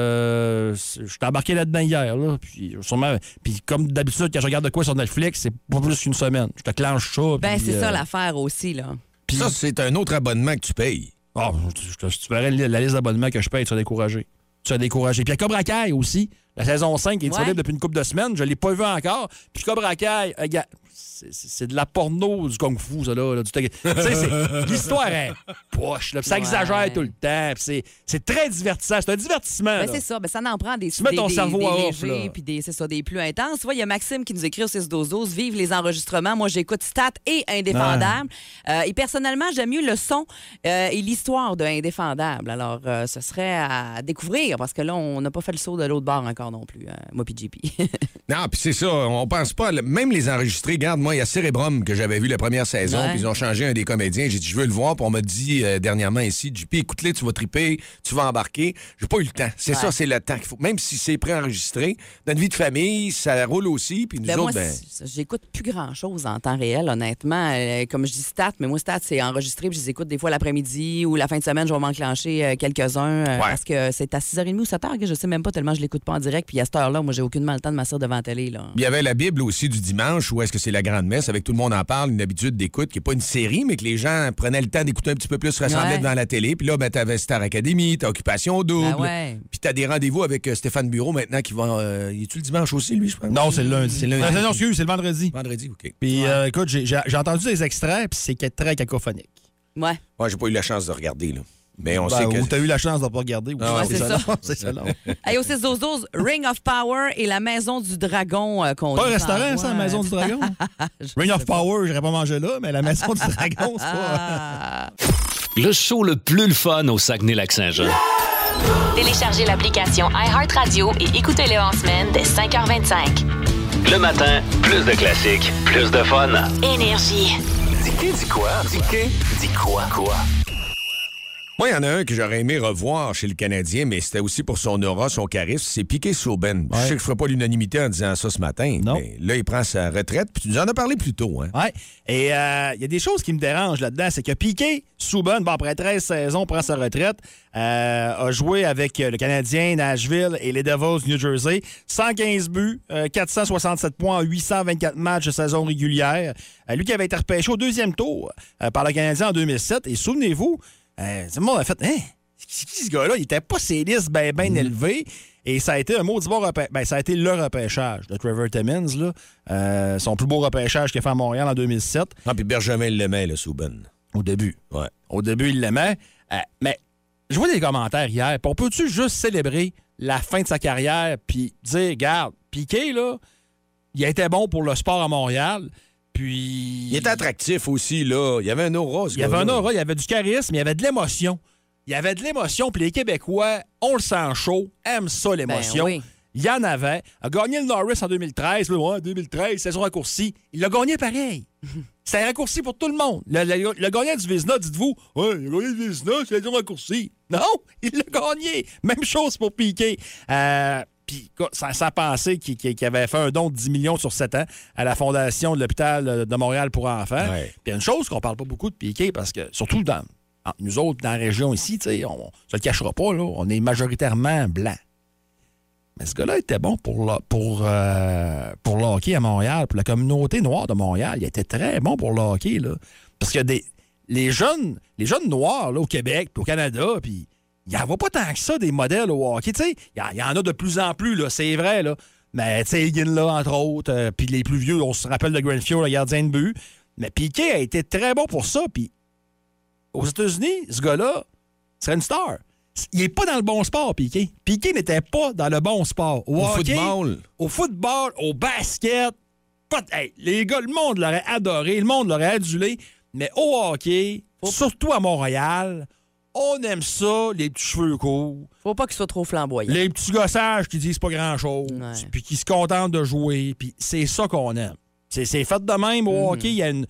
S5: euh, je suis embarqué là-dedans hier. Là, puis, sûrement, puis comme d'habitude, quand je regarde de quoi sur Netflix, c'est pas plus qu'une semaine. Je te clenche ça.
S4: Ben,
S5: puis,
S4: c'est ça
S5: euh,
S4: l'affaire aussi, là.
S5: puis-
S3: Ça, c'est un autre abonnement que tu payes.
S5: Ah, je te- je te- tu verrais la liste d'abonnements que je paye, tu seras découragé. Tu seras découragé. Puis il y a Cobra Kai aussi, la saison 5 est disponible
S4: Ouais.
S5: depuis une couple de semaines, je ne l'ai pas vu encore. Puis Cobra Kai, euh, gars, c'est- c'est c'est de la porno du Kung Fu, ça là. là, du tag- tu sais, c'est- l'histoire est poche, là, puis ça
S4: Ouais.
S5: exagère tout le temps, puis c'est- c'est très divertissant, c'est un divertissement.
S4: Ben,
S5: Ah, là.
S4: c'est ça, ben, ça en prend des
S5: Tu mets
S4: des-
S5: ton
S4: des-
S5: cerveau
S4: des
S5: à off,
S4: légers,
S5: là.
S4: puis des c'est ça des plus intenses. Tu vois, il y a Maxime qui nous écrit au 6 12 12 vive les enregistrements. Moi, j'écoute Stat et Indéfendable. Euh, et personnellement, j'aime mieux le son euh, et l'histoire de Indéfendable. Alors, euh, ce serait à découvrir parce que là, on n'a pas fait le saut de l'autre bord encore non plus, euh, moi puis JP.
S3: Non, puis c'est ça, on pense pas. le- Même les enregistrés, regarde, moi, il y a Cérébrum que j'avais vu la première saison,
S4: Ouais.
S3: puis ils ont changé un des comédiens. J'ai dit, je veux le voir, puis on m'a dit euh, dernièrement ici, JP, écoute-les, tu vas triper, tu vas embarquer. J'ai pas eu le temps. C'est ça, c'est le temps qu'il faut. Même si c'est préenregistré, dans une vie de famille, ça roule aussi, puis nous
S4: Ben, moi,
S3: autres, ben.
S4: c- j'écoute plus grand-chose en temps réel, honnêtement. Euh, comme je dis stats, mais moi, stats, c'est enregistré, puis je les écoute des fois l'après-midi ou la fin de semaine, je vais m'enclencher euh, quelques-uns euh, parce que c'est à 6h30 ou 7h que je sais même pas tellement je l'écoute pas en direct. Puis à cette heure-là, moi, j'ai aucunement le temps de m'asseoir devant la télé. Là.
S3: Il y avait la Bible aussi du dimanche, où est-ce que c'est la grande messe, avec tout le monde en parle, une habitude d'écoute qui n'est pas une série, mais que les gens prenaient le temps d'écouter un petit peu plus, se rassemblaient
S4: Ouais.
S3: devant la télé. Puis là, ben, t'avais Star Academy, t'as Occupation
S5: Ah
S3: Double.
S4: Ben ouais.
S3: Puis t'as des rendez-vous avec euh, Stéphane Bureau maintenant qui va. euh, il est-tu le dimanche aussi, lui, je pense?
S5: Non, c'est le lundi.
S3: C'est le lundi.
S5: Ah, non, excuse, c'est le vendredi.
S3: Vendredi, OK.
S5: Puis euh, écoute, j'ai- j'ai j'ai entendu des extraits, puis c'est très cacophonique.
S4: Ouais.
S3: Moi, j'ai pas eu la chance de regarder, là. Mais on
S5: Ben,
S3: sait que.
S5: Ou t'as eu la chance de pas regarder. ou
S3: Ah, ouais,
S4: c'est ça.
S5: c'est ça. non.
S4: Hey, au 6 12 12 Ring of Power et la Maison du Dragon euh, qu'on
S5: Pas un
S4: dit
S5: restaurant,
S4: parfois,
S5: ça, la Maison du Dragon? Ring of Power, j'aurais pas mangé là, mais la Maison du Dragon, c'est pas...
S2: Le show le plus le fun au Saguenay-Lac-Saint-Jean.
S1: Téléchargez l'application iHeartRadio et écoutez-le en semaine dès 5h25.
S2: Le matin, plus de classiques, plus de fun.
S1: Énergie.
S2: Dis-qui, dis quoi? Dis-qui, dis quoi? Quoi?
S3: Moi, il y en a un que j'aurais aimé revoir chez le Canadien, mais c'était aussi pour son aura, son charisme. C'est Piqué Sauben. Je sais que je ferai pas l'unanimité en disant ça ce matin.
S5: Non.
S3: Mais là, il prend sa retraite. Puis tu nous en as parlé plus tôt, hein?
S5: Ouais. Et euh, il y a des choses qui me dérangent là-dedans. C'est que Piqué, Souban, bon, après 13 saisons, prend sa retraite, euh, a joué avec euh, le Canadien, Nashville et les Devils, New Jersey. 115 buts, euh, 467 points en 824 matchs de saison régulière. Euh, lui qui avait été repêché au deuxième tour euh, par le Canadien en 2007. Et souvenez-vous, euh, tout le monde a fait Hein? C'est qui ce gars-là? Il était pas ses listes bien ben élevées. Et ça a été un maudit bon repêchage. Ben, ça a été le repêchage de Trevor Timmins, là. Euh, son plus beau repêchage qu'il a fait à Montréal en 2007.
S3: Non, Ah, puis Benjamin l'aimait, le Sauben.
S5: Au début.
S3: Ouais.
S5: Au début, il l'aimait. Euh, mais je vois des commentaires hier. Puis on peut-tu juste célébrer la fin de sa carrière puis dire, regarde, Piqué, là, il a été bon pour le sport à Montréal. Puis.
S3: Il était attractif aussi, là. Il y avait un aura, ce
S5: Il y avait un
S3: gars-là.
S5: aura, il y avait du charisme, il y avait de l'émotion. Il y avait de l'émotion, puis les Québécois, on le sent chaud, aiment ça, l'émotion.
S4: Ben oui.
S5: Il y en avait. A gagné le Norris en 2013. Là, ouais, 2013, saison raccourcie. Il l'a gagné pareil. C'est un raccourci pour tout le monde. Le, le- le gagnant du Vizna, dites-vous, ouais, il a gagné le Vizna, saison raccourcie. Non, il l'a gagné. Même chose pour Piqué. Euh, puis, écoute, sans, sans penser qu'il qu'il- qu'il avait fait un don de 10 millions sur 7 ans à la fondation de l'hôpital euh, de Montréal pour enfants.
S3: Ouais.
S5: Puis il y a une chose qu'on parle pas beaucoup de Piqué, parce que surtout dans en- nous autres, dans la région ici, tu sais, on ne se le cachera pas, là, on est majoritairement blanc. Mais ce gars-là était bon pour le, pour, euh, pour le hockey à Montréal, pour la communauté noire de Montréal. Il était très bon pour le hockey. Là. Parce que des, les, jeunes, les jeunes noirs là, au Québec, puis au Canada, puis il n'y en a pas tant que ça des modèles au hockey. Tu sais, Il y, en- il y en a de plus en plus, là, c'est vrai. Là. Mais tu sais, Higgin, là, entre autres, euh, puis les plus vieux, on se rappelle de Grenfell, le gardien de but. Mais Piquet a été très bon pour ça. Puis aux États-Unis, ce gars-là, serait une star. Il n'est pas dans le bon sport, Piqué. Piqué n'était pas dans le bon sport.
S3: Au
S5: hockey,
S3: football.
S5: au football, au basket. pas- hey, les gars, le monde l'aurait adoré, le monde l'aurait adulé. Mais au hockey, surtout à Montréal, on aime ça, les petits cheveux courts,
S4: Faut pas qu'il soit trop flamboyant.
S5: les petits gossages qui disent pas grand-chose,
S4: Ouais.
S5: puis qui se contentent de jouer. Puis c'est ça qu'on aime. C'est, c'est fait de même au hockey. Il y a une,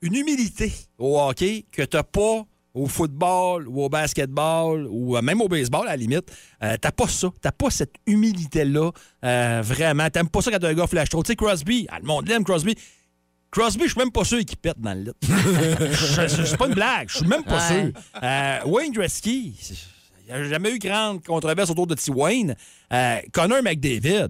S5: une humilité au hockey que t'as pas au football ou au basketball ou euh, même au baseball, à la limite. Euh, t'as pas ça. T'as pas cette humilité-là, euh, vraiment. T'aimes pas ça quand t'as un gars flash trop. Tu sais, Crosby, ah, le monde l'aime, Crosby. Crosby, je suis même pas sûr qu'il pète dans le lit. Je- je- C'est pas une blague, je suis même pas
S4: Ouais.
S5: sûr. Euh, Wayne Gretzky, c'est- il n'y a jamais eu grande controverse autour de T. Wayne. Euh, Connor McDavid,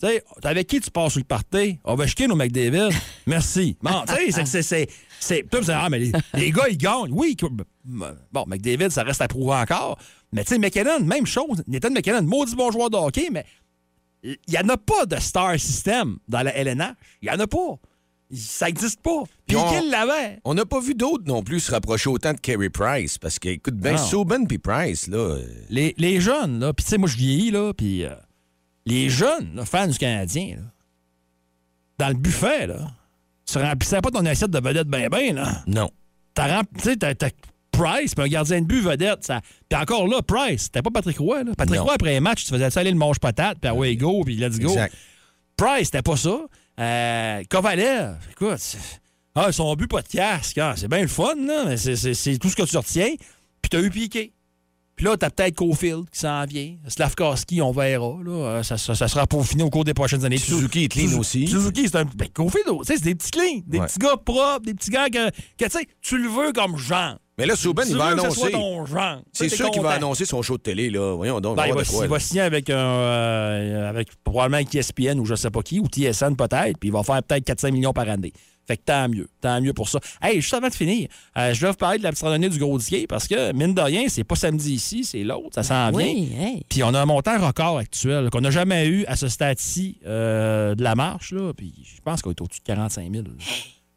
S5: tu sais, avec qui tu passes sur le party? Ovechkin ou McDavid? Merci. Bon, tu sais, c'est- c'est- c'est... c'est- tout le monde dit, Ah, mais les, les gars, ils gagnent. Oui, que- bon, McDavid, ça reste à prouver encore. Mais tu sais, McKinnon, même chose. Nathan McKinnon, maudit bon joueur de hockey, mais il n'y en a pas de star system dans la LNH. Il n'y en a pas. Ça n'existe pas.
S3: Ils
S5: Puis
S3: ont-
S5: qu'il l'avait.
S3: On n'a pas vu d'autres non plus se rapprocher autant de Kerry Price parce que, écoute, ben
S5: Non.
S3: Subban puis Price, là. euh,
S5: Les, les jeunes, là, puis tu sais, moi, je vieillis, là, puis euh, les jeunes, là, fans du Canadien, là, dans le buffet, là, tu remplissais pas ton assiette de vedette ben ben, là.
S3: Non.
S5: T'as rempli, tu sais, t'as- t'as Price, puis un gardien de but vedette, ça... Puis encore là, Price, c'était pas Patrick Roy, là. Patrick
S3: Non.
S5: Roy, après un match, tu faisais ça aller le mange patate, puis away go, puis let's go.
S3: Exact.
S5: Price, c'était pas ça. Euh, Kovalev, écoute, c'est- ah, son but, pas de casque. Ah, c'est bien le fun, là, mais c'est- c'est c'est tout ce que tu retiens. Puis t'as eu Piqué. Puis là, t'as peut-être Cofield qui s'en vient. Slavkowski, on verra. Là. Euh, Ça, ça, ça sera peaufiné au cours des prochaines années.
S3: Suzuki est clean
S5: Suzu-
S3: aussi.
S5: Suzuki, c'est un. Ben, Cofield, tu sais, c'est des petits clean. Des
S3: Ouais.
S5: petits gars propres, des petits gars que, que, tu sais, tu le veux comme genre.
S3: Mais là, Subban,
S5: Tu
S3: Ben, il va
S5: veux que ce soit
S3: annoncer.
S5: ton genre.
S3: C'est
S5: Ça, t'es
S3: sûr qu'il va
S5: content.
S3: annoncer son show de télé, là. Voyons donc.
S5: Ben,
S3: on
S5: il,
S3: va
S5: va,
S3: voir de quoi,
S5: il
S3: là.
S5: va signer avec, un, euh, avec probablement ESPN ou je sais pas qui, ou TSN peut-être, puis il va faire peut-être 4-5 millions par année. Fait que tant mieux, tant mieux pour ça. Hey, juste avant de finir, euh, je dois vous parler de la petite randonnée du Gaudier parce que, mine de rien, c'est pas samedi ici, c'est l'autre, ça s'en vient.
S4: Oui, hey.
S5: Puis on a un montant record actuel qu'on n'a jamais eu à ce stade-ci euh, de la marche. Là. Puis je pense qu'on est au-dessus de 45 000. là.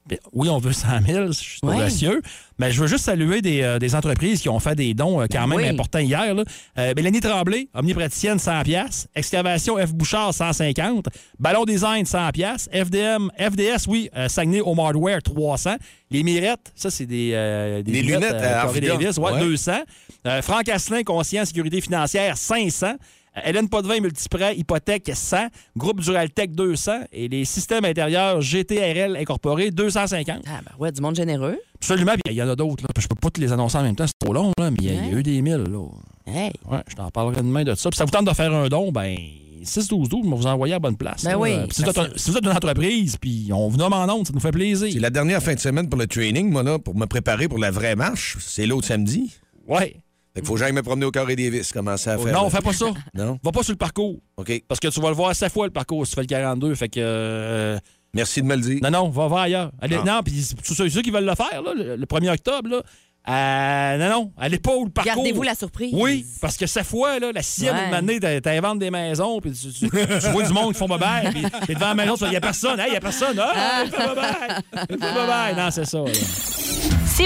S5: Ben, oui, on veut 100 000, je suis
S4: Ouais.
S5: audacieux. Mais je veux juste saluer des, euh, des entreprises qui ont fait des dons euh, quand
S4: Ben
S5: même
S4: oui.
S5: importants hier. Là. Euh, Mélanie Tremblay, omnipraticienne, 100 pièces. Excavation F. Bouchard, 150. Ballon Design, 100 pièces. FDM, FDS, oui, euh, Saguenay Home Hardware, 300. Les mirettes, ça, c'est des, euh,
S3: Des lunettes, à
S5: Corée
S3: Arvida.
S5: Davis, ouais,
S3: Ouais.
S5: 200. Euh, Franck Asselin, Conscient Sécurité Financière, 500. Euh, Hélène Potvin, Multiprêt, Hypothèque, 100. Groupe Duraltech, 200. Et les systèmes intérieurs GTRL incorporés, 250.
S4: Ah, ben ouais, du monde généreux.
S5: Absolument. Puis il y en a d'autres. là. Je peux pas te les annoncer en même temps, c'est trop long. là, mais il y a- il y, a eu des mille. Là.
S4: Hey.
S5: Ouais, je t'en parlerai demain de ça. Puis ça vous tente de faire un don, ben 6-12-12, mais vous envoyez à la bonne place.
S4: Ben
S5: là.
S4: oui,
S5: Puis Si vous, êtes un-
S4: facile.
S5: si vous êtes une entreprise, puis on vous nomme en ondes, ça nous fait
S3: C'est
S5: plaisir.
S3: la dernière fin de semaine pour le training, moi, là, pour me préparer pour la vraie marche. C'est l'autre samedi.
S5: Ouais.
S3: Fait qu'il faut que j'aille me promener au carré Davis, commencer à faire.
S5: Oh, non,
S3: là.
S5: fais pas ça.
S3: Non?
S5: Va pas sur le parcours.
S3: OK.
S5: Parce que tu vas le voir 7 fois le parcours si tu fais le 42. Fait que. euh,
S3: Merci de me le dire.
S5: Non, non, va voir ailleurs. Allez,
S3: Ah.
S5: Non, puis tous ceux, ceux qui veulent le faire, là, le, le 1er octobre, là, euh, non, non, allez pas où le parcours.
S4: Gardez-vous la surprise.
S5: Oui, parce que cette fois, là, la sienne,
S4: Ouais.
S5: une année, t'as- t'inventes des maisons, puis tu, tu- tu vois du monde qui font bye-bye, puis t'es devant la maison, tu fais, y a personne, hey, y a personne, ah, fais bye-bye, fais bye-bye. Non, c'est ça. là.
S1: Si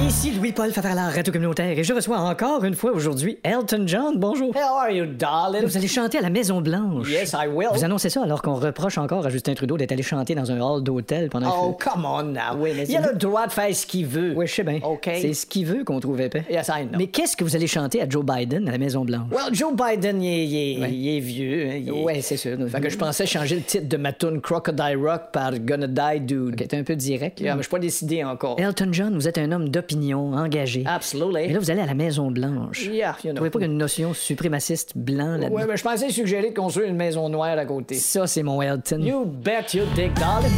S6: Ici Louis-Paul Favarlard, Radio Communautaire, et je reçois encore une fois aujourd'hui Elton John. Bonjour.
S7: How are you, darling?
S6: Vous allez chanter à la Maison Blanche.
S7: Yes, I will.
S6: Vous annoncez ça alors qu'on reproche encore à Justin Trudeau d'être allé chanter dans un hall d'hôtel pendant
S7: Oh,
S6: que...
S7: come on now.
S6: Oui, mais
S7: Il a
S6: c'est-
S7: le droit de faire ce qu'il veut.
S6: Oui, je sais bien.
S7: OK.
S6: C'est ce qu'il veut qu'on trouve épais.
S7: Yes, I know.
S6: Mais qu'est-ce que vous allez chanter à Joe Biden à la Maison Blanche?
S7: Well, Joe Biden, il est, il est-
S6: Ouais.
S7: il est vieux. hein, il est-
S6: Ouais, c'est sûr.
S7: Fait que je pensais changer le titre de ma tune Crocodile Rock par Gonna Die Dude.
S6: Ok, t'es un peu direct.
S7: Yeah,
S6: là.
S7: mais je suis pas décidé encore.
S6: Elton John, vous êtes un homme d'opinion, engagé.
S7: Absolutely.
S6: Mais là, vous allez à la Maison Blanche.
S7: Yeah, you know.
S6: Vous trouvez pas qu'il y a une notion suprémaciste blanc là-dedans?
S7: Ouais, mais je pensais suggérer de construire une maison noire à côté.
S6: Ça, c'est mon Elton.
S7: You bet you dick, darling.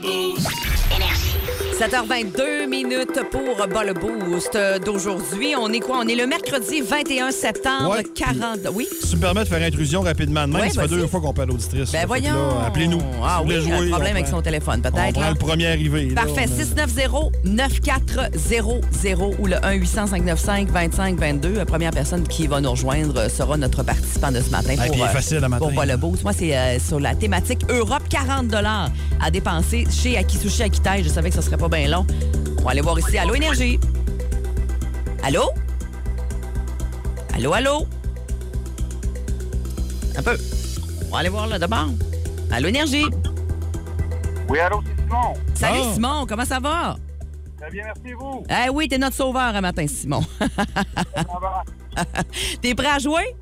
S1: Énergie.
S4: 7h22 minutes pour Bas le Boost d'aujourd'hui. On est quoi? On est le mercredi 21 septembre,
S5: Ouais.
S4: 40... Oui? Ben,
S5: Si tu me permets de faire intrusion rapidement demain,
S4: Ouais,
S5: ça fait
S4: vas-y.
S5: deux fois qu'on parle auditrice.
S4: Ben
S5: Fait que là,
S4: voyons.
S5: Appelez-nous.
S4: Ah
S5: Si vous
S4: oui, il
S5: voulez
S4: a un
S5: jouer,
S4: problème
S5: on
S4: avec
S5: prend-
S4: son téléphone,
S5: On
S4: peut-être.
S5: prend
S4: là.
S5: le premier arrivé. là,
S4: Parfait.
S5: on a-
S4: 690-9400 ou le 1-800-595-2522. La première personne qui va nous rejoindre sera notre participant de ce matin
S5: Ah,
S4: pour,
S5: puis il est
S4: euh,
S5: facile le matin.
S4: pour Pas le Beauce. Moi, c'est euh, sur la thématique Europe 40 à dépenser chez Akisushi Akitaï. Je savais que ça serait pas bien long. On va aller voir ici. Allô, Énergie? Allô? Allô, allô? Un peu. On va aller voir là d'abord. Allô, Énergie?
S8: Oui, allô, c'est Simon.
S4: Salut,
S5: Ah.
S4: Simon. Comment ça va?
S8: Très bien, merci vous.
S4: Eh oui, t'es notre sauveur un matin, Simon.
S8: Ça va?
S4: T'es prêt à jouer?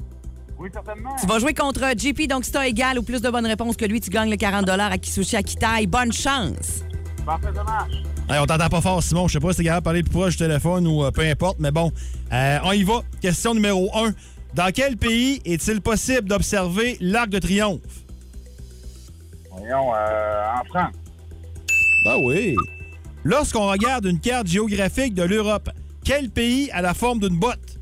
S8: Oui, certainement.
S4: Tu vas jouer contre JP, donc si t'as égal ou plus de bonnes réponses que lui, tu gagnes le 40 à Kisushi Akitai. Bonne chance!
S8: Parfait dommage.
S5: Hey, on t'entend pas fort, Simon. Je sais pas si t'es capable de parler plus proche du téléphone ou euh, peu importe, mais bon, Euh, on y va. Question numéro 1. Dans quel pays est-il possible d'observer l'Arc de Triomphe?
S8: Voyons, euh, en France.
S5: Ben oui. Lorsqu'on regarde une carte géographique de l'Europe, quel pays a la forme d'une botte?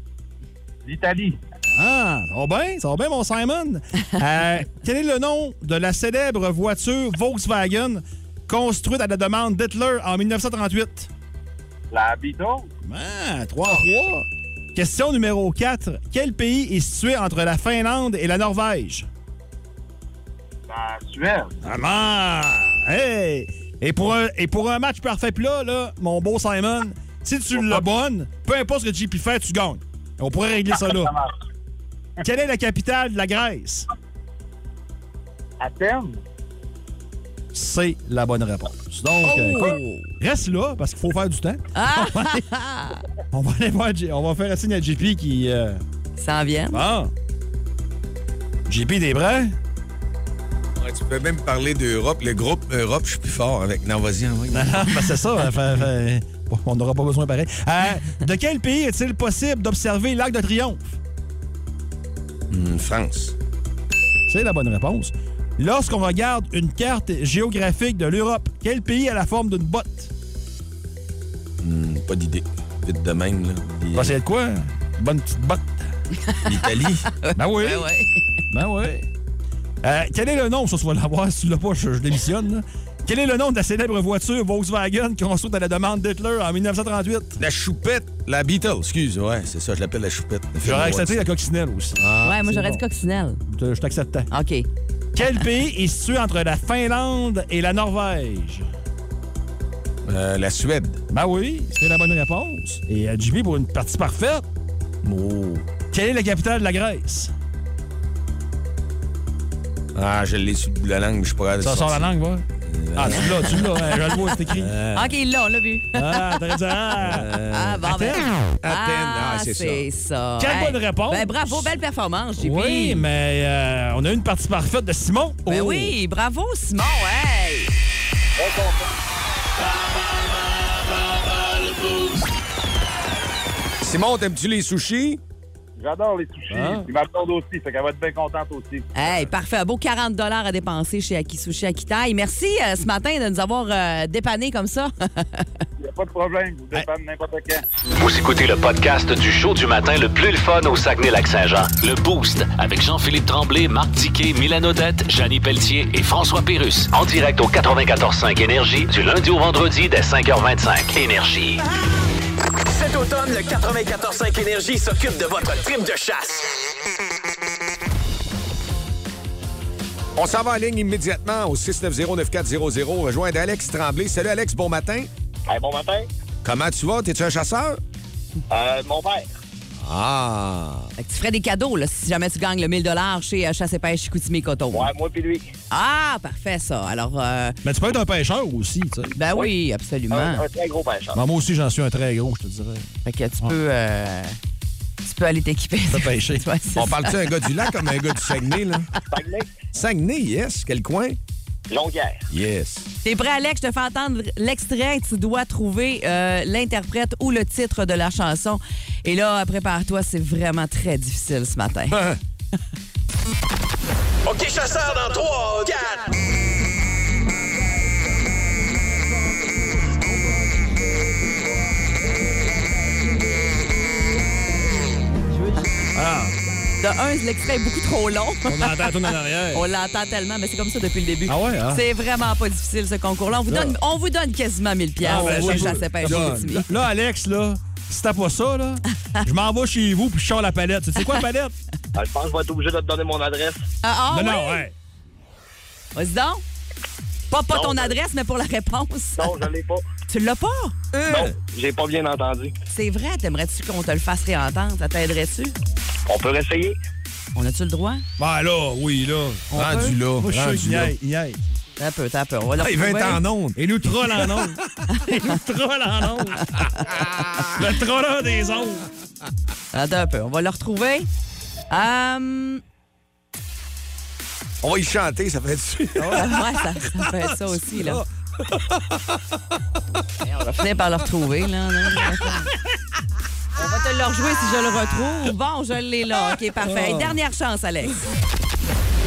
S8: L'Italie.
S5: Ah, ça va bien, ça va bien, mon Simon. Euh, quel est le nom de la célèbre voiture Volkswagen construite à la demande d'Hitler en 1938?
S8: La Beatles.
S5: Ah, 3-3. Question numéro 4. Quel pays est situé entre la Finlande et la Norvège?
S8: La Suède.
S5: Maman! Ah, Hey! Et pour un, et pour un match parfait plat, là, mon beau Simon, si tu le bonnes, peu importe ce que JP fait, tu gagnes. On pourrait régler ça là.
S8: Ça marche.
S5: Quelle est la capitale de la Grèce?
S8: Athènes.
S5: C'est la bonne réponse. Donc, euh, écoute, reste là parce qu'il faut faire du temps. On, va aller, on va aller voir J- on va faire un signe à JP qui. euh,
S4: Ça en vient.
S5: bon. JP des bras?
S3: Ouais, tu peux même parler d'Europe. Le groupe Europe, je suis plus fort avec. Non, vas-y, envoie.
S5: Ah, ben c'est ça. hein, fait- fait- bon, on n'aura pas besoin pareil. Euh, de quel pays est-il possible d'observer l'Arc de Triomphe?
S3: Hum, France.
S5: C'est la bonne réponse. Lorsqu'on regarde une carte géographique de l'Europe, quel pays a la forme d'une botte?
S3: Hum, pas d'idée. Vite de même, là. Des-
S5: Bah, c'est de quoi? Bonne petite botte.
S3: L'Italie.
S5: Ben oui.
S4: Ben ouais.
S5: Ben oui. Euh, quel est le nom, ça, tu vas l'avoir. Si tu l'as pas, je, je démissionne. là. Quel est le nom de la célèbre voiture Volkswagen construite à la demande d'Hitler en 1938?
S3: la choupette. La Beatles, excuse. Ouais, c'est ça, je l'appelle la choupette.
S5: J'aurais accepté la coccinelle aussi.
S4: ouais, moi
S5: c'est
S4: j'aurais dit
S5: bon.
S4: coccinelle.
S5: Je je t'accepte.
S4: OK.
S5: Quel pays est situé entre la Finlande et la Norvège?
S3: Euh, la Suède.
S5: Ben oui, c'est la bonne réponse. Et euh, Jimmy, pour une partie parfaite,
S3: Oh.
S5: quelle est la capitale de la Grèce?
S3: Ah, je l'ai sur le bout de la langue, mais je suis pas capable de
S5: Ça
S3: le
S5: sort la
S3: sortir.
S5: langue, va? Ah, tu l'as, tu l'as. hein, je le vois, c'est écrit.
S4: OK, là, on l'a vu.
S5: Ah, t'aurais dit, ah.
S4: Ah, bon, ben.
S5: Athènes.
S3: Athènes, ah, c'est ça.
S4: c'est ça.
S5: Quelle bonne réponse.
S4: Ben, bravo, belle performance, JP.
S5: Oui, mais euh, on a une partie parfaite de Simon.
S4: Ben
S5: Oh.
S4: oui, bravo, Simon, hey!
S3: Simon, t'aimes-tu les sushis?
S8: J'adore les sushis.
S5: Ah.
S8: Ils m'attendent aussi, fait qu'elle va être bien contente aussi.
S4: Hey, parfait. Un beau 40 à dépenser chez Akisushi Akitai. Merci euh, ce matin de nous avoir euh, dépanné comme ça.
S8: Il n'y a pas de problème, je vous dépanne n'importe quand.
S2: Vous écoutez le podcast du show du matin le plus le fun au Saguenay-Lac-Saint-Jean. Le Boost avec Jean-Philippe Tremblay, Marc Diquet, Milan Odette, Janine Pelletier et François Pérus. En direct au 94.5 Énergie du lundi au vendredi dès 5h25. Énergie.
S9: Cet automne, le 94.5 Énergie s'occupe de votre trip de chasse.
S3: On s'en va en ligne immédiatement au 690-9400. Rejoindre Alex Tremblay. Salut, Alex, bon matin.
S10: Hey, bon matin.
S3: Comment tu vas? T'es-tu un chasseur?
S10: Euh, mon père.
S3: Ah.
S4: Fait que tu ferais des cadeaux là, si jamais tu gagnes le 1000 chez euh, Chasse et Pêche Chicoutimi Coton.
S10: Ouais, moi puis lui.
S4: Ah, parfait, ça. Alors, euh,
S5: Mais tu peux être un pêcheur aussi, tu sais.
S4: ben oui,
S9: Ah.
S10: Un,
S2: Ah,
S4: absolument.
S10: un très gros pêcheur.
S5: Ben, moi aussi, j'en suis un très gros, je te dirais.
S4: Fait que tu peux, euh, tu peux aller t'équiper.
S5: peux pêcher.
S4: Ouais, c'est
S3: On
S4: ça.
S3: parle-tu d'un gars du lac comme un gars du Saguenay, là?
S10: Saguenay,
S3: Saguenay, yes. Quel coin?
S10: Longuerre.
S3: Yes.
S4: T'es prêt, Alex? Je te fais entendre l'extrait. Tu dois trouver euh, l'interprète ou le titre de la chanson. Et là, prépare-toi, c'est vraiment très difficile ce matin.
S9: OK, chasseur, dans 3, 4.
S4: Ah. De un, l'extrait est beaucoup trop long.
S5: On entend tout en arrière.
S4: On l'entend tellement, mais c'est comme ça depuis le début.
S5: Ah ouais, hein?
S4: C'est vraiment pas difficile, ce concours-là. On vous, donne, on vous donne quasiment 1000 pièces.
S5: Ah, ben,
S4: je
S5: ça,
S4: chasse et pêche
S5: là,
S4: Chicoutimi.
S5: là, là, Alex, là, si t'as pas ça, là, je m'en vais chez vous puis je sors la palette. Tu sais quoi, la palette?
S10: Ah, je pense que je vais être obligé de te donner mon adresse.
S4: Ah, ah,
S5: non,
S4: oui?
S5: non, ouais.
S4: Vas-y donc. Pas, pas
S10: Non,
S4: ton
S10: ben-
S4: adresse, mais pour la réponse.
S10: Non, je l'ai pas.
S4: Tu l'as pas?
S10: Non, j'ai pas bien entendu.
S4: C'est vrai, t'aimerais-tu qu'on te le fasse réentendre? Ça t'aiderait-tu?
S10: On peut réessayer.
S4: On a-tu le droit?
S5: Ben là, oui, là. On
S3: Rendu
S5: peut?
S3: là,
S5: Moi, je
S3: rendu
S5: suis sûr qu'il y
S3: là.
S5: aille, il y aille.
S4: T'as peu, t'as peu. On va le
S3: Ah, il veut
S4: retrouver.
S3: être en onde.
S5: Et nous troll en ondes. Et nous troll en ondes. Le trolleur des ondes.
S4: Attends un peu, on va le retrouver. Hum,
S3: On va y chanter, ça fait du.
S4: ouais, ça, ça fait ça aussi, là. Et on va finir par le retrouver, là. là, là. On va te le rejouer si je le retrouve. Ah. Bon, je l'ai là. OK, parfait. Et Dernière chance, Alex.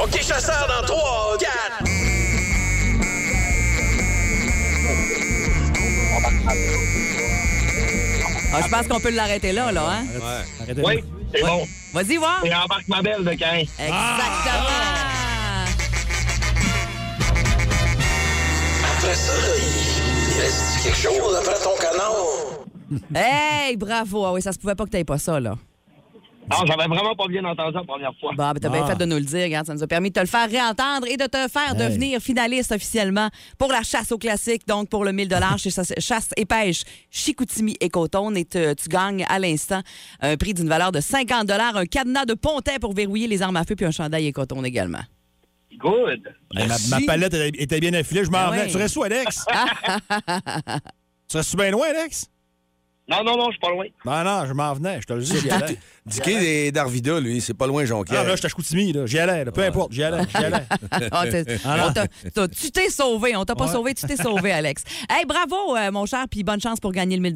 S9: OK, chasseur, dans 3, 4.
S4: Ah, je pense qu'on peut l'arrêter là, là, hein?
S10: Oui, c'est bon.
S4: Vas-y, voir.
S10: Et embarque ma belle de Caen.
S4: Exactement.
S9: Après ça, là, il il reste quelque chose après ton canon.
S4: Hey, bravo. Ah oui, ça se pouvait pas que t'aies pas ça, là.
S10: Non, j'avais vraiment pas bien entendu la première fois.
S4: Bon, ben, t'as
S5: Ah.
S4: bien fait de nous le dire. Regarde, ça nous a permis de te le faire réentendre et de te faire devenir finaliste officiellement pour la chasse au classique, donc pour le 1000 chez Chasse- Chasse et Pêche, Chicoutimi et Coton. Et te- tu gagnes à l'instant un prix d'une valeur de 50 un cadenas de pontet pour verrouiller les armes à feu, puis un chandail et coton également.
S10: Good.
S5: Eh, ma, ma palette elle était bien affilée. Je m'en
S4: Ah
S5: revenais.
S4: ouais.
S5: Tu restes où, Alex? tu restes bien loin, Alex?
S10: Non, non, non, je suis pas loin.
S5: Ben non, je m'en venais. Je te le dis, j'y allais.
S3: Diquet et Darvida, lui, c'est pas loin, Jonquière.
S5: Ah, là, je t'achète Koutimi, là. J'y allais, là. Peu importe, j'y allais, j'y allais.
S4: Ah, t'es-
S5: Ah.
S4: on t'a- t'as- tu t'es sauvé. On t'a pas sauvé, tu t'es sauvé, Alex. Hey, bravo, euh, mon cher, puis bonne chance pour gagner le 1000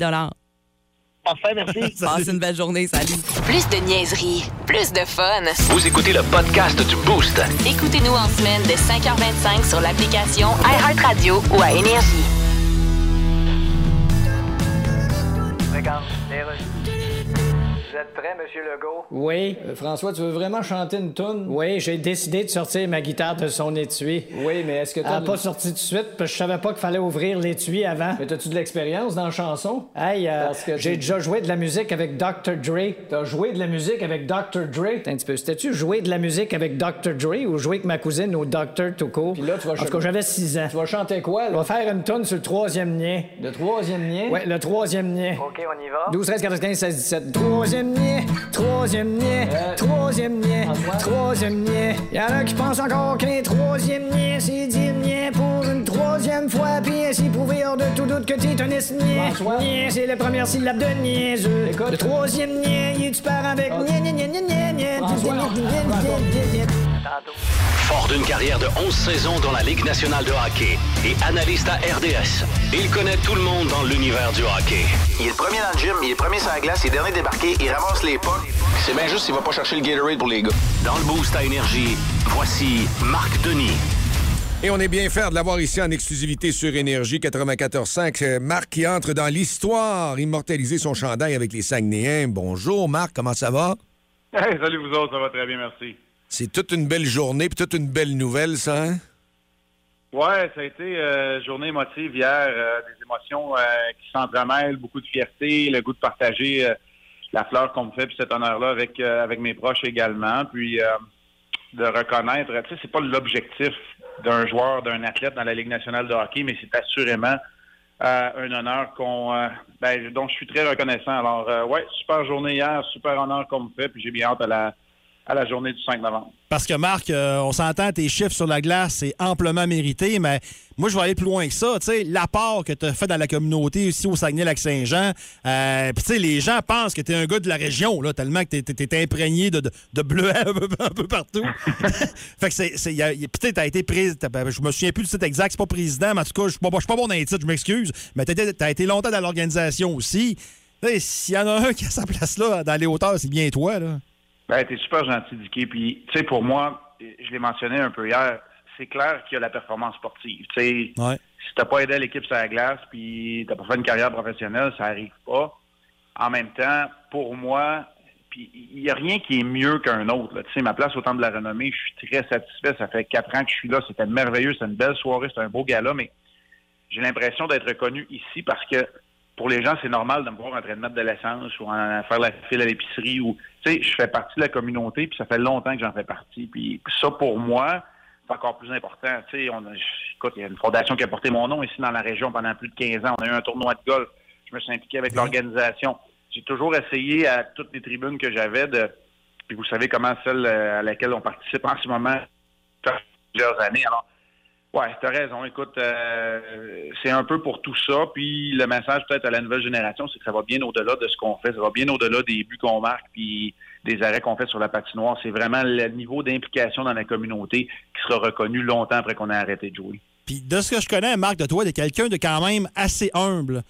S10: Parfait, merci.
S4: Passe une belle journée. Salut.
S1: Plus de niaiserie, plus de fun.
S2: Vous écoutez le podcast du Boost.
S1: Écoutez-nous en semaine de 5h25 sur l'application iHeartRadio ou à Énergie.
S7: Oui.
S6: Euh, François, tu veux vraiment chanter une toune?
S7: Oui, j'ai décidé de sortir ma guitare de son étui.
S6: Oui, mais est-ce que
S7: Elle
S6: t'as...
S7: n'a pas sorti tout de suite parce que je savais pas qu'il fallait ouvrir l'étui avant.
S6: Mais t'as-tu de l'expérience dans la chanson?
S7: Hey, euh,
S6: Parce que
S7: j'ai
S6: tu-
S7: déjà joué de la musique avec Dr. Dre. T'as joué de la musique avec Dr. Dre? Attends Un petit peu, c'était-tu jouer de la musique avec Dr. Dre ou jouer avec ma cousine au Dr. tout court?
S6: Puis là, tu vas
S7: En tout
S6: chanter-
S7: cas, j'avais 6 ans.
S6: Tu vas chanter quoi,
S7: On
S6: là?
S7: va faire une tonne sur le troisième lien.
S6: Le troisième lien?
S7: Ouais, le troisième lien.
S6: OK, on y va.
S7: 12, 13, 14, 15, 16, 17. Troisième lien, troisième lien, troisième lien,
S6: Euh, François?
S7: troisième lien. Y'en a qui pensent encore qu'un troisième lien, c'est dix lien pour une troisième fois, puis ainsi prouver hors de tout doute que t'es un esnier.
S6: François?
S7: Nien, c'est la première syllabe de niaiseux.
S6: Écoute. Ah.
S7: Le troisième lien, il est tu pars avec nien, nien, nien, nien, nien, nien,
S6: François?
S7: nien, nien, nien, nien, nien.
S2: Fort d'une carrière de 11 saisons dans la Ligue nationale de hockey et analyste à RDS, il connaît tout le monde dans l'univers du hockey.
S9: Il est le premier dans le gym, il est le premier sur la glace, il est dernier débarqué, il ramasse les pas. C'est bien juste s'il va pas chercher le Gatorade pour les gars.
S2: Dans le Boost à Énergie, voici Marc Denis.
S3: Et on est bien fiers de l'avoir ici en exclusivité sur Énergie 94.5. Euh, Marc qui entre dans l'histoire, immortaliser son chandail avec les Saguenayens. Bonjour Marc, comment ça va?
S8: Hey, salut vous autres, ça va très bien, merci.
S3: C'est toute une belle journée puis toute une belle nouvelle, ça. hein?
S8: Ouais, ça a été euh, journée émotive hier, euh, des émotions euh, qui s'entremêlent, beaucoup de fierté, le goût de partager euh, la fleur qu'on me fait puis cet honneur-là avec euh, avec mes proches également, puis euh, de reconnaître, tu sais, c'est pas l'objectif d'un joueur, d'un athlète dans la Ligue nationale de hockey, mais c'est assurément euh, un honneur qu'on, euh, ben, dont je suis très reconnaissant. Alors, euh, ouais, super journée hier, super honneur qu'on me fait, puis j'ai bien hâte à la à la journée du 5 novembre.
S5: Parce que, Marc, euh, on s'entend, tes chiffres sur la glace, c'est amplement mérité, mais moi, je vais aller plus loin que ça. Tu sais, l'apport que tu as fait dans la communauté ici au Saguenay-Lac-Saint-Jean, euh, puis tu sais, les gens pensent que tu es un gars de la région, là, tellement que tu es, imprégné de, de, de bleuets un peu, un peu partout. fait que c'est. c'est- y a- y a- puis tu sais, t'as été président. Je me souviens plus du titre exact, c'est pas président, mais en tout cas, je suis pas, je suis pas bon dans les titres, je m'excuse, mais tu as été longtemps dans l'organisation aussi. Tu sais, S'il y en a un qui a sa place là, dans les hauteurs, c'est bien toi, là.
S8: Ben, t'es super gentil, Dicky. Puis, tu sais, pour moi, je l'ai mentionné un peu hier, c'est clair qu'il y a la performance sportive. Tu sais,
S5: Ouais.
S8: si t'as pas aidé l'équipe sur la glace, puis t'as pas fait une carrière professionnelle, ça arrive pas. En même temps, pour moi, puis il y a rien qui est mieux qu'un autre. là. Tu sais, ma place au temps de la renommée, je suis très satisfait. Ça fait quatre ans que je suis là. C'était merveilleux. C'était une belle soirée. C'était un beau gala, mais j'ai l'impression d'être reconnu ici parce que pour les gens, c'est normal de me voir en train de mettre de l'essence ou en faire la file à l'épicerie ou tu sais, je fais partie de la communauté, puis ça fait longtemps que j'en fais partie. Puis ça, pour moi, c'est encore plus important. Tu sais, on a, je- écoute, il y a une fondation qui a porté mon nom ici dans la région pendant plus de 15 ans. On a eu un tournoi de golf. Je me suis impliqué avec l'organisation. J'ai toujours essayé à toutes les tribunes que j'avais de. Puis vous savez comment celle euh, à laquelle on participe en ce moment, ça fait plusieurs années. Alors, oui, tu as raison. Écoute, euh, c'est un peu pour tout ça. Puis le message peut-être à la nouvelle génération, c'est que ça va bien au-delà de ce qu'on fait. Ça va bien au-delà des buts qu'on marque. Puis des arrêts qu'on fait sur la patinoire. C'est vraiment le niveau d'implication dans la communauté qui sera reconnu longtemps après qu'on a arrêté de jouer.
S5: Puis de ce que je connais, Marc, de toi, de quelqu'un de quand même assez humble.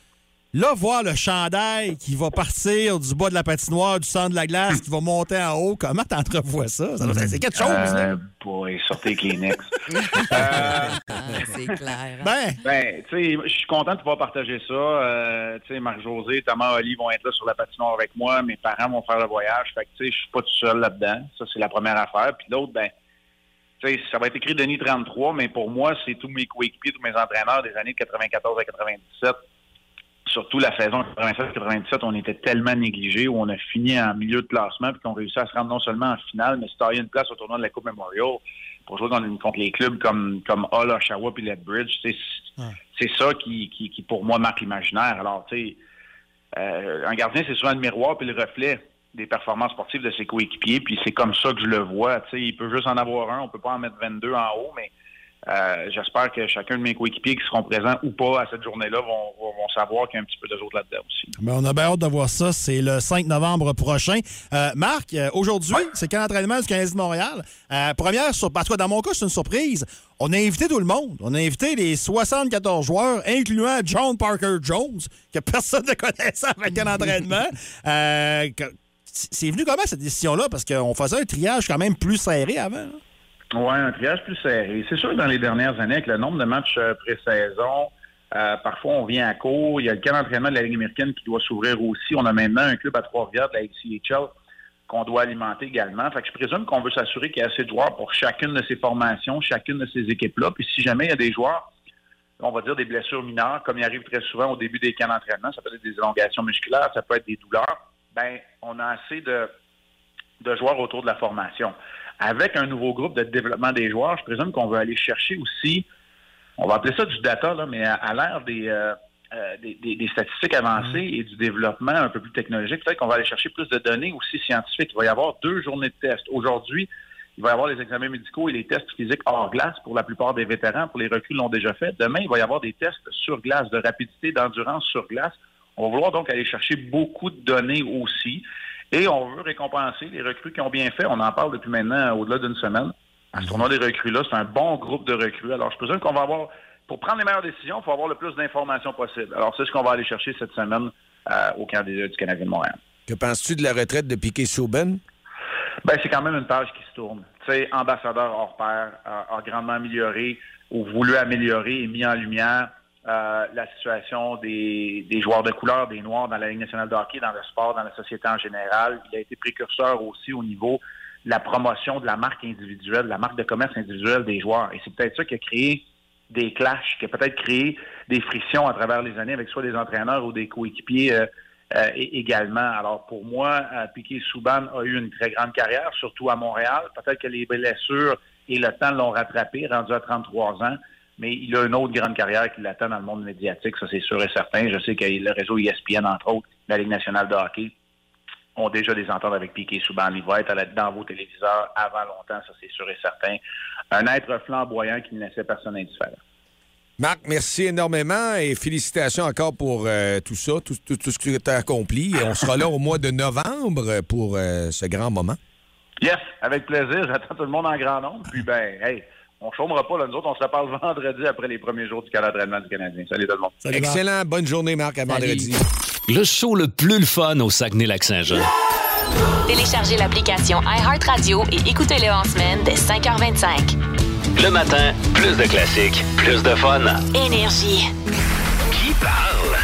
S5: Là, voir le chandail qui va partir du bas de la patinoire, du centre de la glace, qui va monter en haut, comment t'entrevois ça? Ça doit être- C'est quelque chose, là.
S8: Euh, boy, sortez Kleenex. Euh,
S4: Ah, c'est clair.
S5: Ben,
S8: Ben, tu sais, je suis content de pouvoir partager ça. Euh, tu sais, Marc-José, Thomas, Oli vont être là sur la patinoire avec moi. Mes parents vont faire le voyage. Fait que, tu sais, je suis pas tout seul là-dedans. Ça, c'est la première affaire. Puis l'autre, ben, tu sais, ça va être écrit Denis 33, mais pour moi, c'est tous mes coéquipiers, tous mes entraîneurs des années de 94 à 97. Surtout la saison 96-97, on était tellement négligés où on a fini en milieu de classement puis qu'on réussit à se rendre non seulement en finale, mais se tailler une place au tournoi de la Coupe Memorial pour jouer contre, contre les clubs comme, comme Hull, Oshawa puis Lethbridge. C'est c'est ça qui, qui, qui, pour moi, marque l'imaginaire. Alors, tu sais, euh, un gardien, c'est souvent le miroir puis le reflet des performances sportives de ses coéquipiers, puis c'est comme ça que je le vois. Tu sais, il peut juste en avoir un, on peut pas en mettre 22 en haut, mais euh, j'espère que chacun de mes coéquipiers qui seront présents ou pas à cette journée-là vont, vont, vont savoir qu'il y a un petit peu de autres là-dedans aussi.
S5: ben, on a bien hâte de voir ça. C'est le 5 novembre prochain. Euh, Marc, euh, aujourd'hui, c'est quand l'entraînement du Canadien de Montréal. Euh, première surprise. En tout cas, dans mon cas, c'est une surprise. On a invité tout le monde. On a invité les 74 joueurs, incluant John Parker Jones, que personne ne connaissait avec un entraînement. Euh, que- c'est venu comment cette décision-là? Parce qu'on faisait un triage quand même plus serré avant. hein? là.
S8: Oui, un triage plus serré. C'est sûr que dans les dernières années, avec le nombre de matchs euh, pré-saison, euh, parfois on vient à court. Il y a le camp d'entraînement de la Ligue américaine qui doit s'ouvrir aussi. On a maintenant un club à Trois-Rivières de la ACHL qu'on doit alimenter également. Fait que je présume qu'on veut s'assurer qu'il y a assez de joueurs pour chacune de ces formations, chacune de ces équipes-là. Puis si jamais il y a des joueurs, on va dire des blessures mineures, comme il arrive très souvent au début des camps d'entraînement, ça peut être des élongations musculaires, ça peut être des douleurs, ben on a assez de de joueurs autour de la formation. Avec un nouveau groupe de développement des joueurs, je présume qu'on veut aller chercher aussi, on va appeler ça du data, là, mais à, à l'ère des, euh, euh, des, des- des statistiques avancées et du développement un peu plus technologique, peut-être qu'on va aller chercher plus de données aussi scientifiques. Il va y avoir deux journées de tests. Aujourd'hui, il va y avoir les examens médicaux et les tests physiques hors glace pour la plupart des vétérans. Pour les recrues, ils l'ont déjà fait. Demain, il va y avoir des tests sur glace, de rapidité, d'endurance sur glace. On va vouloir donc aller chercher beaucoup de données aussi. Et on veut récompenser les recrues qui ont bien fait. On en parle depuis maintenant euh, au-delà d'une semaine. À ce tournoi des recrues-là, c'est un bon groupe de recrues. Alors, je présume qu'on va avoir, pour prendre les meilleures décisions, il faut avoir le plus d'informations possible. Alors, c'est ce qu'on va aller chercher cette semaine euh, au candidat du Canadien de Montréal.
S3: Que penses-tu de la retraite de Piquet Souben?
S8: Ben, c'est quand même une page qui se tourne. Tu sais, ambassadeur hors pair euh, a, a grandement amélioré ou voulu améliorer et mis en lumière euh, la situation des, des joueurs de couleur, des Noirs dans la Ligue nationale de hockey, dans le sport, dans la société en général. Il a été précurseur aussi au niveau de la promotion de la marque individuelle, de la marque de commerce individuelle des joueurs. Et c'est peut-être ça qui a créé des clashs, qui a peut-être créé des frictions à travers les années avec soit des entraîneurs ou des coéquipiers euh, euh, é- également. Alors pour moi, euh, Piqué Souban a eu une très grande carrière, surtout à Montréal. Peut-être que les blessures et le temps l'ont rattrapé, rendu à 33 ans. Mais il a une autre grande carrière qui l'attend dans le monde médiatique, ça c'est sûr et certain. Je sais que le réseau E ESPN, entre autres, la Ligue nationale de hockey, ont déjà des ententes avec Piqué Souban. Il va être à la- dans vos téléviseurs avant longtemps, ça c'est sûr et certain. Un être flamboyant qui ne laissait personne indifférent.
S3: Marc, merci énormément et félicitations encore pour euh, tout ça, tout, tout- tout ce que tu as accompli. Et on sera là au mois de novembre pour euh, ce grand moment.
S8: Yes, avec plaisir. J'attends tout le monde en grand nombre. Puis ben, hey, on chômera pas là, nous autres, on se reparle vendredi après les premiers jours du camp d'entraînement du Canadien. Salut tout le monde.
S3: Excellent. Bonne journée, Marc. À vendredi.
S2: Le show le plus le fun au Saguenay-Lac-Saint-Jean.
S1: Téléchargez l'application iHeartRadio et écoutez-le en semaine dès 5h25.
S2: Le matin, plus de classiques, plus de fun.
S1: Énergie.
S2: Qui parle?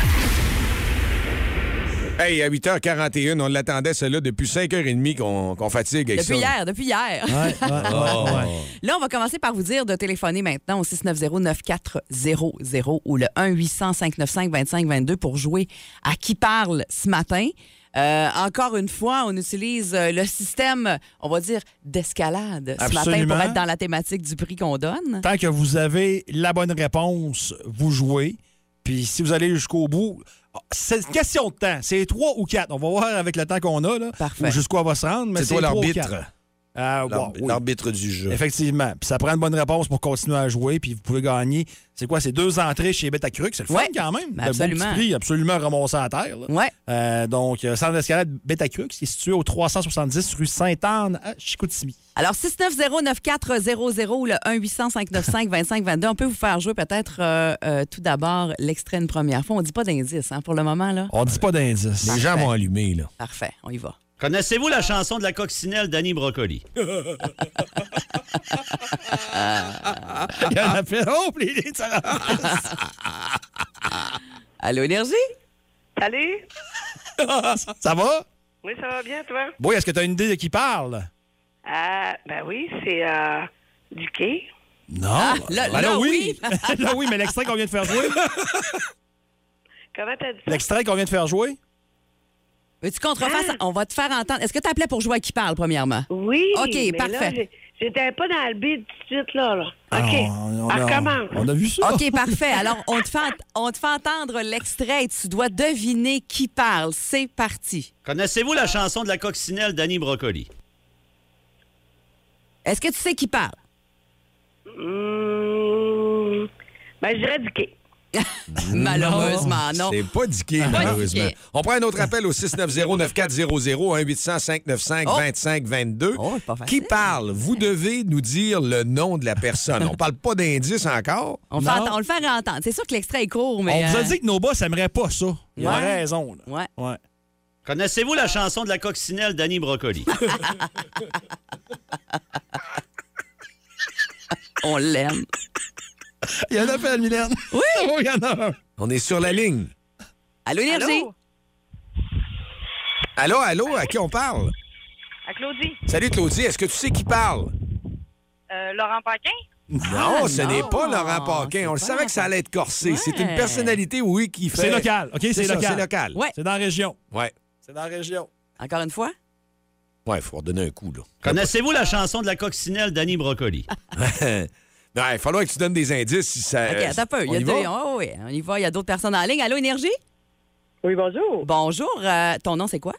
S3: Hey, à 8h41, on l'attendait, celle-là, depuis 5h30 qu'on qu'on fatigue avec
S4: Depuis
S3: ça.
S4: hier, depuis hier.
S5: Ah.
S3: Oh.
S4: Là, on va commencer par vous dire de téléphoner maintenant au 690-9400 ou le 1-800-595-2522 pour jouer à qui parle ce matin. Euh, encore une fois, on utilise euh, le système, on va dire, d'escalade ce matin
S5: Absolument.
S4: pour être dans la thématique du prix qu'on donne.
S5: Tant que vous avez la bonne réponse, vous jouez. Puis si vous allez jusqu'au bout, c'est une question de temps. C'est trois ou quatre. On va voir avec le temps qu'on a. Là,
S4: Parfait.
S5: ou Jusqu'où on va se rendre. mais
S3: C'est toi
S5: trois ou
S3: l'arbitre.
S5: quatre. Euh,
S3: L'arb-
S5: wow, oui.
S3: L'arbitre du jeu.
S5: Effectivement. Puis ça prend une bonne réponse pour continuer à jouer, puis vous pouvez gagner. C'est quoi? C'est deux entrées chez Betacruc. C'est le fun
S4: Ouais.
S5: quand même.
S4: Ben,
S5: Le beau
S4: absolument.
S5: petit prix, absolument ramassé à terre. là.
S4: Ouais.
S5: Euh, donc, euh, centre d'escalade Betacruc, qui est situé au 370 rue Sainte-Anne à Chicoutimi.
S4: Alors, 690-9400 ou le 1-800-595-2522, on peut vous faire jouer peut-être euh, euh, tout d'abord l'extrait une première fois. On dit pas d'indice hein, pour le moment, là.
S5: On dit pas d'indice.
S4: Les gens vont
S5: allumer, là.
S4: Parfait, on y va.
S11: Connaissez-vous la chanson de la coccinelle d'Annie Brocoli?
S5: Il y en a plein. Oh, puis les- ça-
S4: Allô, Énergie?
S12: Salut!
S5: ça va?
S12: Oui, ça va bien, toi?
S5: Oui, est-ce que tu as une idée de qui parle?
S12: Ah, ben oui, c'est euh, Duquet.
S5: Non.
S4: Ah,
S12: là-
S5: Ben
S12: là,
S5: là, oui, mais l'extrait qu'on vient de faire jouer.
S12: Comment t'as dit?
S5: L'extrait qu'on vient de faire jouer.
S4: Veux-tu qu'on te refasse? On va te faire entendre. Est-ce que tu appelais pour jouer à qui parle, premièrement?
S12: Hein? Oui.
S4: OK,
S12: mais là,
S4: parfait.
S12: j'ai- J'étais pas dans le beat tout de suite, là. là. OK.
S5: Ah,
S12: on
S5: on,
S12: recommence.
S5: vu ça.
S4: OK, parfait. Alors, on te fait, ent- on te fait entendre l'extrait et tu dois deviner qui parle. C'est parti.
S11: Connaissez-vous la chanson de la coccinelle d'Annie Brocoli?
S4: Est-ce que tu sais qui parle?
S12: Mmh. Ben, je dirais Duquet.
S5: Ah,
S4: Malheureusement, non.
S3: C'est pas diqué,
S4: Pas
S3: malheureusement.
S4: diqué.
S3: On prend un autre appel au 690-9400-1800-595-2522.
S4: Oh,
S3: Qui parle? Vous devez nous dire le nom de la personne. On parle pas d'indice encore.
S4: On, fait
S3: Non.
S4: ent- on le fait entendre. C'est sûr que l'extrait est court, mais.
S5: On vous a
S4: euh,
S5: dit que nos boss n'aimeraient pas ça. Ils ont
S4: Ouais.
S5: raison. là.
S4: Ouais.
S5: Ouais.
S11: Connaissez-vous la chanson de la coccinelle d'Annie Brocoli?
S4: On l'aime.
S5: Il y en a plein, Mylène.
S4: Oui!
S5: Oh, il y en a un.
S3: On est sur la ligne.
S4: Allô, Énergie?
S3: Allô, allô, à qui on parle?
S12: À Claudie.
S3: Salut Claudie, est-ce que tu sais qui parle?
S12: Euh, Laurent Paquin?
S3: Non, ce n'est pas Laurent Paquin. On le savait que ça allait être corsé. C'est une personnalité, oui, qui fait.
S5: C'est local, OK? C'est
S3: ça,
S5: local.
S3: C'est local.
S4: Ouais.
S5: C'est dans la région.
S3: Ouais.
S5: C'est dans la région.
S4: Encore une fois?
S3: Ouais, il faut redonner un coup, là.
S11: Connaissez-vous la chanson de la coccinelle d'Annie Brocoli?
S3: Ouais, Ben, il faudrait que tu donnes des indices si ça.
S4: OK,
S5: Euh,
S4: attends un peu. Il y a
S3: y
S4: deux-
S3: va?
S4: oh, oui, on y va. Il y a d'autres personnes en ligne. Allô, Énergie?
S12: Oui, bonjour.
S4: Bonjour. euh, ton nom, c'est quoi?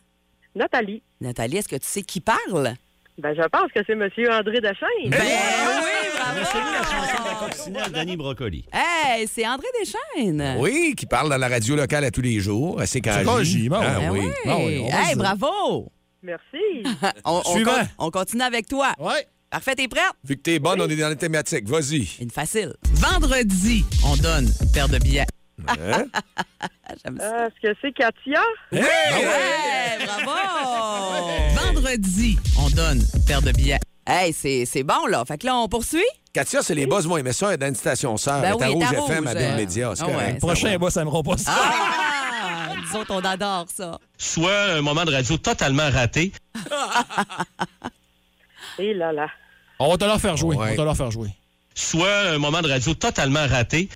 S12: Nathalie.
S4: Nathalie, est-ce que tu sais qui parle?
S12: Ben, je pense que c'est M. André Deschênes.
S4: Ben oui, bravo!
S11: La coccinelle d'Annie Brocoli.
S4: Hey, c'est André
S5: Ben
S4: Deschênes.
S3: Oui, qui parle dans la radio locale à tous les jours. C'est quand
S5: J, bon,
S3: Ah,
S4: Ben
S3: oui.
S4: oui.
S5: Ah oui, on va se
S4: hey,
S5: dire.
S4: bravo!
S12: Merci.
S4: On, on
S5: Suivant.
S4: con- on continue avec toi.
S5: Ouais.
S4: Parfait, t'es prête?
S3: Vu que t'es bonne, on est dans la thématique. Vas-y.
S4: Une facile.
S13: Vendredi, on donne une paire de billets.
S3: Hein?
S4: J'aime ça.
S12: Euh, Est-ce que c'est Katia?
S3: Hein?
S4: Hey, bravo!
S13: Vendredi, on donne une paire de billets.
S4: Hey, c'est c'est bon, là. Fait que là, on poursuit?
S3: Katia, c'est les boss vont aimer ça. Elle est dans une station sœur.
S4: Ben
S3: Elle est à
S4: oui, elle est à
S3: Rouge FM, à
S4: Rouge,
S3: Belle
S4: euh,
S3: Média. C'est
S4: ah ouais.
S3: correct.
S5: Le prochain boss n'aimeront pas ça.
S4: Ah! Nous autres, on adore ça.
S14: Soit un moment de radio totalement raté.
S12: Et là là.
S5: On va te leur faire jouer.
S3: Ouais.
S5: On va te leur faire jouer.
S14: Soit un moment de radio totalement raté.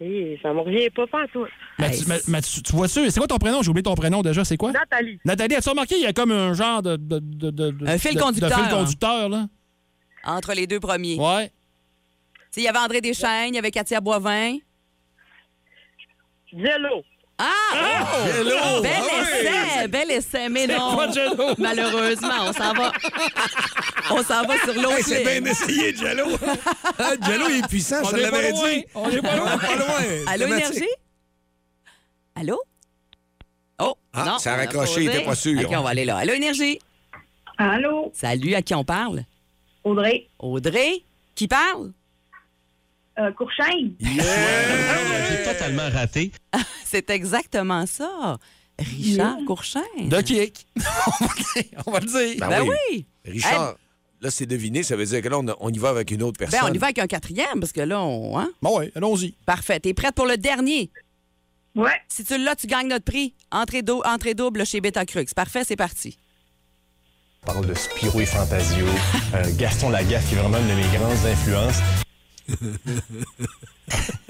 S12: Et ça me revient pas pantoute.
S5: Mais
S4: Hey,
S5: tu, mais- mais tu- tu vois-tu, c'est quoi ton prénom? J'ai oublié ton prénom déjà, c'est quoi?
S12: Nathalie.
S5: Nathalie, as-tu remarqué, il y a comme un genre de. de, de, de-
S4: Un fil
S5: de-
S4: conducteur,
S5: De fil
S4: hein.
S5: conducteur, là.
S4: Entre les deux premiers. Tu
S5: Ouais.
S4: sais, Il y avait André Deschênes, il y avait Katia Boivin.
S12: Jello.
S4: Ah! oh!
S5: Hello!
S3: Ah
S4: Bel essai, bel essai, mais non.
S5: quoi, Jello?
S4: Malheureusement, on s'en va. On s'en va sur l'autre
S3: Hey, c'est
S4: ligne.
S3: bien essayé, Jello. Ah, Jello il est puissant,
S5: On
S3: ça
S5: est pas
S3: l'avait
S5: loin.
S3: dit.
S5: On est pas loin.
S3: Pas loin.
S4: Allô,
S3: Thématique.
S4: Énergie? Allô? Oh,
S3: Ah,
S4: non.
S3: ça a
S4: on
S3: raccroché,
S4: posé.
S3: t'es pas sûr.
S4: OK, on va aller là. Allô, Énergie?
S12: Allô?
S4: Salut, à qui on parle?
S12: Audrey.
S4: Audrey? Qui parle?
S12: Euh, Courchaine.
S14: Un moment de radio totalement raté.
S4: C'est exactement ça. Richard Courchaine.
S5: De kick. on va le dire.
S3: Ben,
S4: Ben
S3: oui.
S4: oui.
S3: Richard, là, c'est deviné. Ça veut dire que là, on, a- on y va avec une autre personne.
S4: Ben, on y va avec un quatrième, parce que là, on. hein?
S5: Bon, Ben ouais, allons-y.
S4: Parfait. T'es prête pour le dernier?
S12: Ouais.
S4: Si tu l'as, tu gagnes notre prix. Entrée, dou- entrée double chez Beta Crux. Parfait, c'est parti.
S15: On parle de Spirou et Fantasio. Euh, Gaston Lagaffe qui est vraiment une de mes grandes influences.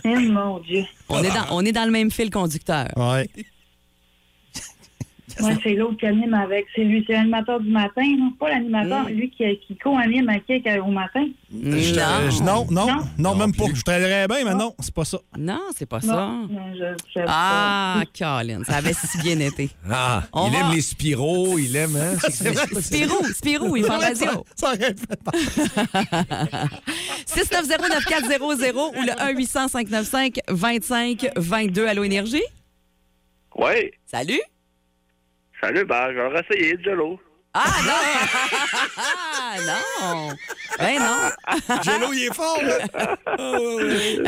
S12: Oh, mon Dieu.
S4: On, est, dans, on est dans le même fil conducteur.
S5: Ouais.
S16: Moi, c'est l'autre qui anime avec. C'est lui, c'est l'animateur du matin. Non, c'est pas l'animateur, lui qui, qui co-anime à Kick au matin.
S5: Je-
S4: Ah.
S5: je- Euh, non, non, non, même pas. Je t'aiderais bien, mais non, c'est pas ça.
S4: Non, c'est pas
S16: Non,
S4: ça.
S16: non, je- je-
S4: Ah, Colin, ça avait si bien été.
S3: Ah,
S4: On
S3: il
S4: va-
S3: aime les Spiro, il aime. Hein?
S4: Spirou, Spirou, il fait en radio. 690-9400 ou le 1-800-595-2522. Allô, Énergie?
S10: Oui.
S4: Salut.
S10: Salut, ben, j'aurais essayé de l'eau.
S4: Ah non! ah non! Ben non!
S5: Jello, il est fort!
S4: là.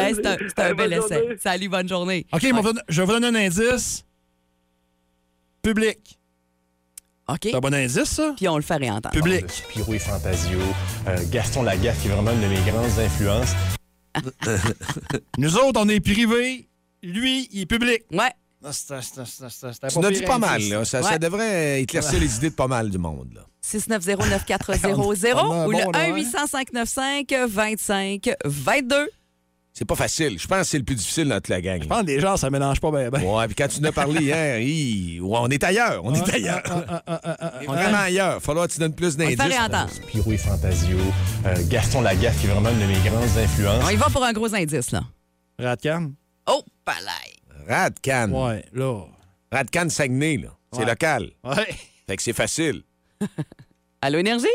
S4: Hey, c'est un, c'est un bel essai. Salut, bonne journée.
S5: OK, moi, je vais vous donner un indice. Public.
S4: OK.
S5: C'est un bon indice, ça?
S4: Puis on le ferait entendre.
S5: Public.
S3: Ah,
S15: Spirou et Fantasio, euh, Gaston Lagaffe qui est vraiment une de mes grandes influences.
S5: Nous autres, on est privés. Lui, il est public.
S4: Ouais.
S5: Tu
S3: Tu n'as dit pas mal, là. Ça, ça
S4: Ouais.
S3: devrait éclaircir les idées de pas mal du monde. Là.
S4: 690-9400 ou le 1-800-595-2522.
S3: C'est pas facile. Je pense que c'est le plus difficile de toute la gang. Je pense
S5: que les gens, ça mélange pas bien.
S3: Ouais, puis quand tu nous as parlé hier, hi, ouais, on est ailleurs. On est ailleurs. on est vraiment ailleurs. Falloir que tu donnes plus d'indices.
S4: ferait entendre.
S15: Spirou et Fantasio, euh, Gaston Lagaffe qui est vraiment une de mes grandes influences.
S4: On y va pour un gros indice, là.
S5: Radcan.
S4: Oh, palais.
S3: Radcan.
S5: Ouais, là.
S3: Radcan Saguenay, là. C'est
S5: Ouais.
S3: local.
S5: Ouais.
S3: Fait que c'est facile.
S4: Allô, Énergie?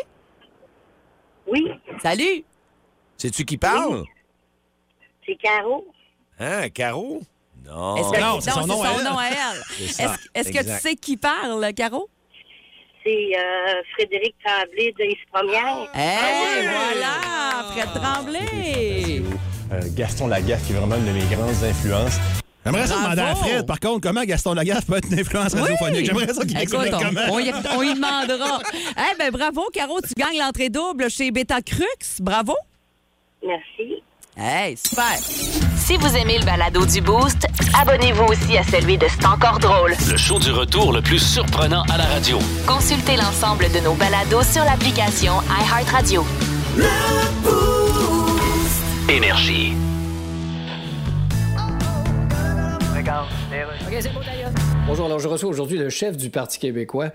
S16: Oui.
S4: Salut.
S3: C'est-tu qui parle?
S16: C'est Caro.
S3: Hein, Caro? Non.
S4: Est-ce que- Oh. non, c'est son nom à elle.
S3: C'est ça.
S4: Est-ce est-ce que
S3: Exact.
S4: tu sais qui parle, Caro?
S16: C'est euh, Frédéric Tremblay de Lise Première.
S4: Eh, voilà, Fred Tremblay.
S15: Euh, Gaston Lagaffe qui est vraiment une de mes grandes influences.
S5: J'aimerais ça demander à Fred, par contre, comment Gaston Lagaffe peut être une influence radiophonique. J'aimerais ça qu'il
S4: Écoute,
S5: explique comment.
S4: on, on y, on y demandera. Eh ben bravo, Caro, tu gagnes l'entrée double chez Beta Crux. Bravo.
S12: Merci.
S4: Hey, super.
S1: Si vous aimez le balado du Boost, abonnez-vous aussi à celui de C'est encore drôle.
S2: Le show du retour le plus surprenant à la radio.
S1: Consultez l'ensemble de nos balados sur l'application iHeartRadio.
S2: Énergie.
S7: Bonjour, alors je reçois aujourd'hui le chef du Parti québécois.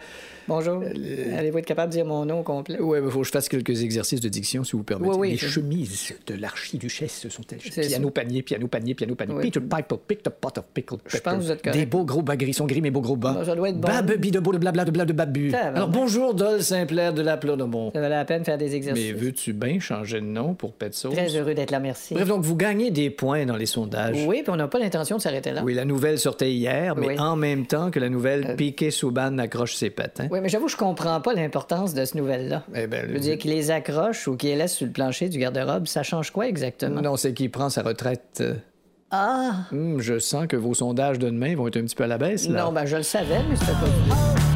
S6: Bonjour.
S7: Euh,
S6: Allez-vous être capable de dire mon nom au complet?
S7: Ouais, il faut que je fasse quelques exercices de diction, si vous permettez.
S6: Oui, oui,
S7: Les
S6: je-
S7: chemises de l'archiduchesse sont-elles
S6: C'est
S7: Piano
S6: ça.
S7: panier, piano panier, piano panier.
S6: Oui.
S7: Peter Piper picked a pot of pickled
S6: Je pense
S7: peppers.
S6: que vous êtes correct.
S7: Des beaux gros bas gris sont gris, mais beaux gros bas.
S6: Bon, ça doit être bon.
S7: Babubi de beau de blabla de blabla de babu.
S6: Tabarnak.
S7: Alors bonjour, Dol Saint-Clair de la Plonomont.
S6: Ça valait la peine de faire des exercices.
S7: Mais veux-tu bien changer de nom pour Pet Sauce?
S6: Très heureux d'être là, merci.
S7: Bref, donc vous gagnez des points dans les sondages.
S6: Oui, puis on n'a pas l'intention de s'arrêter là.
S7: Oui, la nouvelle sortait hier, mais
S6: Oui.
S7: en même temps que la nouvelle
S6: Euh.
S7: Piquet Souban accroche ses patins.
S6: Oui, mais j'avoue, je comprends pas l'importance de ce nouvelle-là.
S7: Eh ben,
S6: Je veux dire, qu'il les accroche ou qu'il les laisse sur le plancher du garde-robe, ça change quoi exactement?
S7: Non, c'est qu'il prend sa retraite. euh.
S6: Ah!
S7: Hum, je sens que vos sondages de demain vont être un petit peu à la baisse, là.
S6: Non, ben je le savais, mais c'était pas...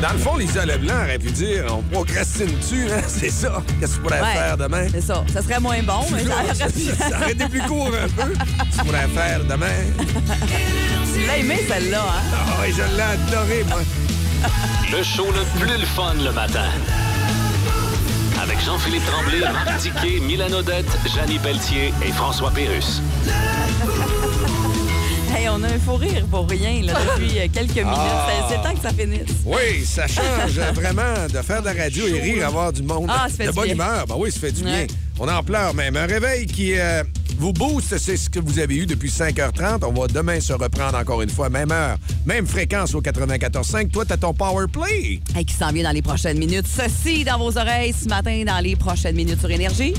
S3: Dans le fond, Lisa Leblanc aurait pu dire on procrastine-tu, hein? C'est ça. Qu'est-ce que tu pourrais
S4: Ouais.
S3: faire demain?
S4: C'est ça. Ça serait moins bon, mais ça aurait pu-
S3: Ça aurait été plus court un peu. Qu'est-ce que tu pourrais faire demain?
S4: Tu l'as aimé, celle-là, hein?
S3: Ah oui, je l'ai adoré, moi.
S2: Le show le plus le fun le matin. Avec Jean-Philippe Tremblay, Marc Diquet, Milan Odette, Janine Pelletier et François Pérus.
S4: Hey, on a un fou rire pour rien, là, depuis euh, quelques minutes.
S3: Ah.
S4: C'est- C'est le temps que ça finisse.
S3: Oui, ça change euh, vraiment de faire de la radio et rire, avoir du monde
S4: Ah, ça fait
S3: de
S4: du
S3: bonne
S4: bien.
S3: humeur. Ben oui, ça fait du
S4: Ouais.
S3: bien. On en pleure même. Un réveil qui euh, vous booste, c'est ce que vous avez eu depuis 5h30. On va demain se reprendre encore une fois, même heure, même fréquence au 94.5. Toi, t'as ton power play.
S4: Hey, qui s'en vient dans les prochaines minutes. Ceci dans vos oreilles ce matin, dans les prochaines minutes sur Énergie.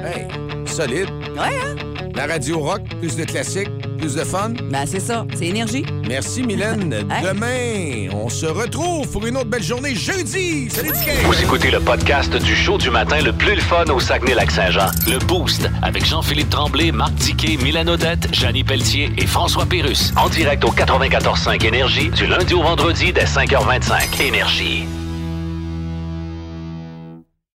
S3: Hey, solide.
S4: Ouais, hein?
S3: La radio rock, plus de classiques, plus de fun.
S4: Ben, c'est ça. C'est Énergie.
S3: Merci, Mylène. Demain, on se retrouve pour une autre belle journée jeudi. Salut, Tiquet.
S2: Vous écoutez le podcast du show du matin le plus le fun au Saguenay-Lac-Saint-Jean. Le Boost avec Jean-Philippe Tremblay, Marc Diquet, Milan Odette, Janine Pelletier et François Pérus. En direct au 94.5 Énergie du lundi au vendredi dès 5h25. Énergie.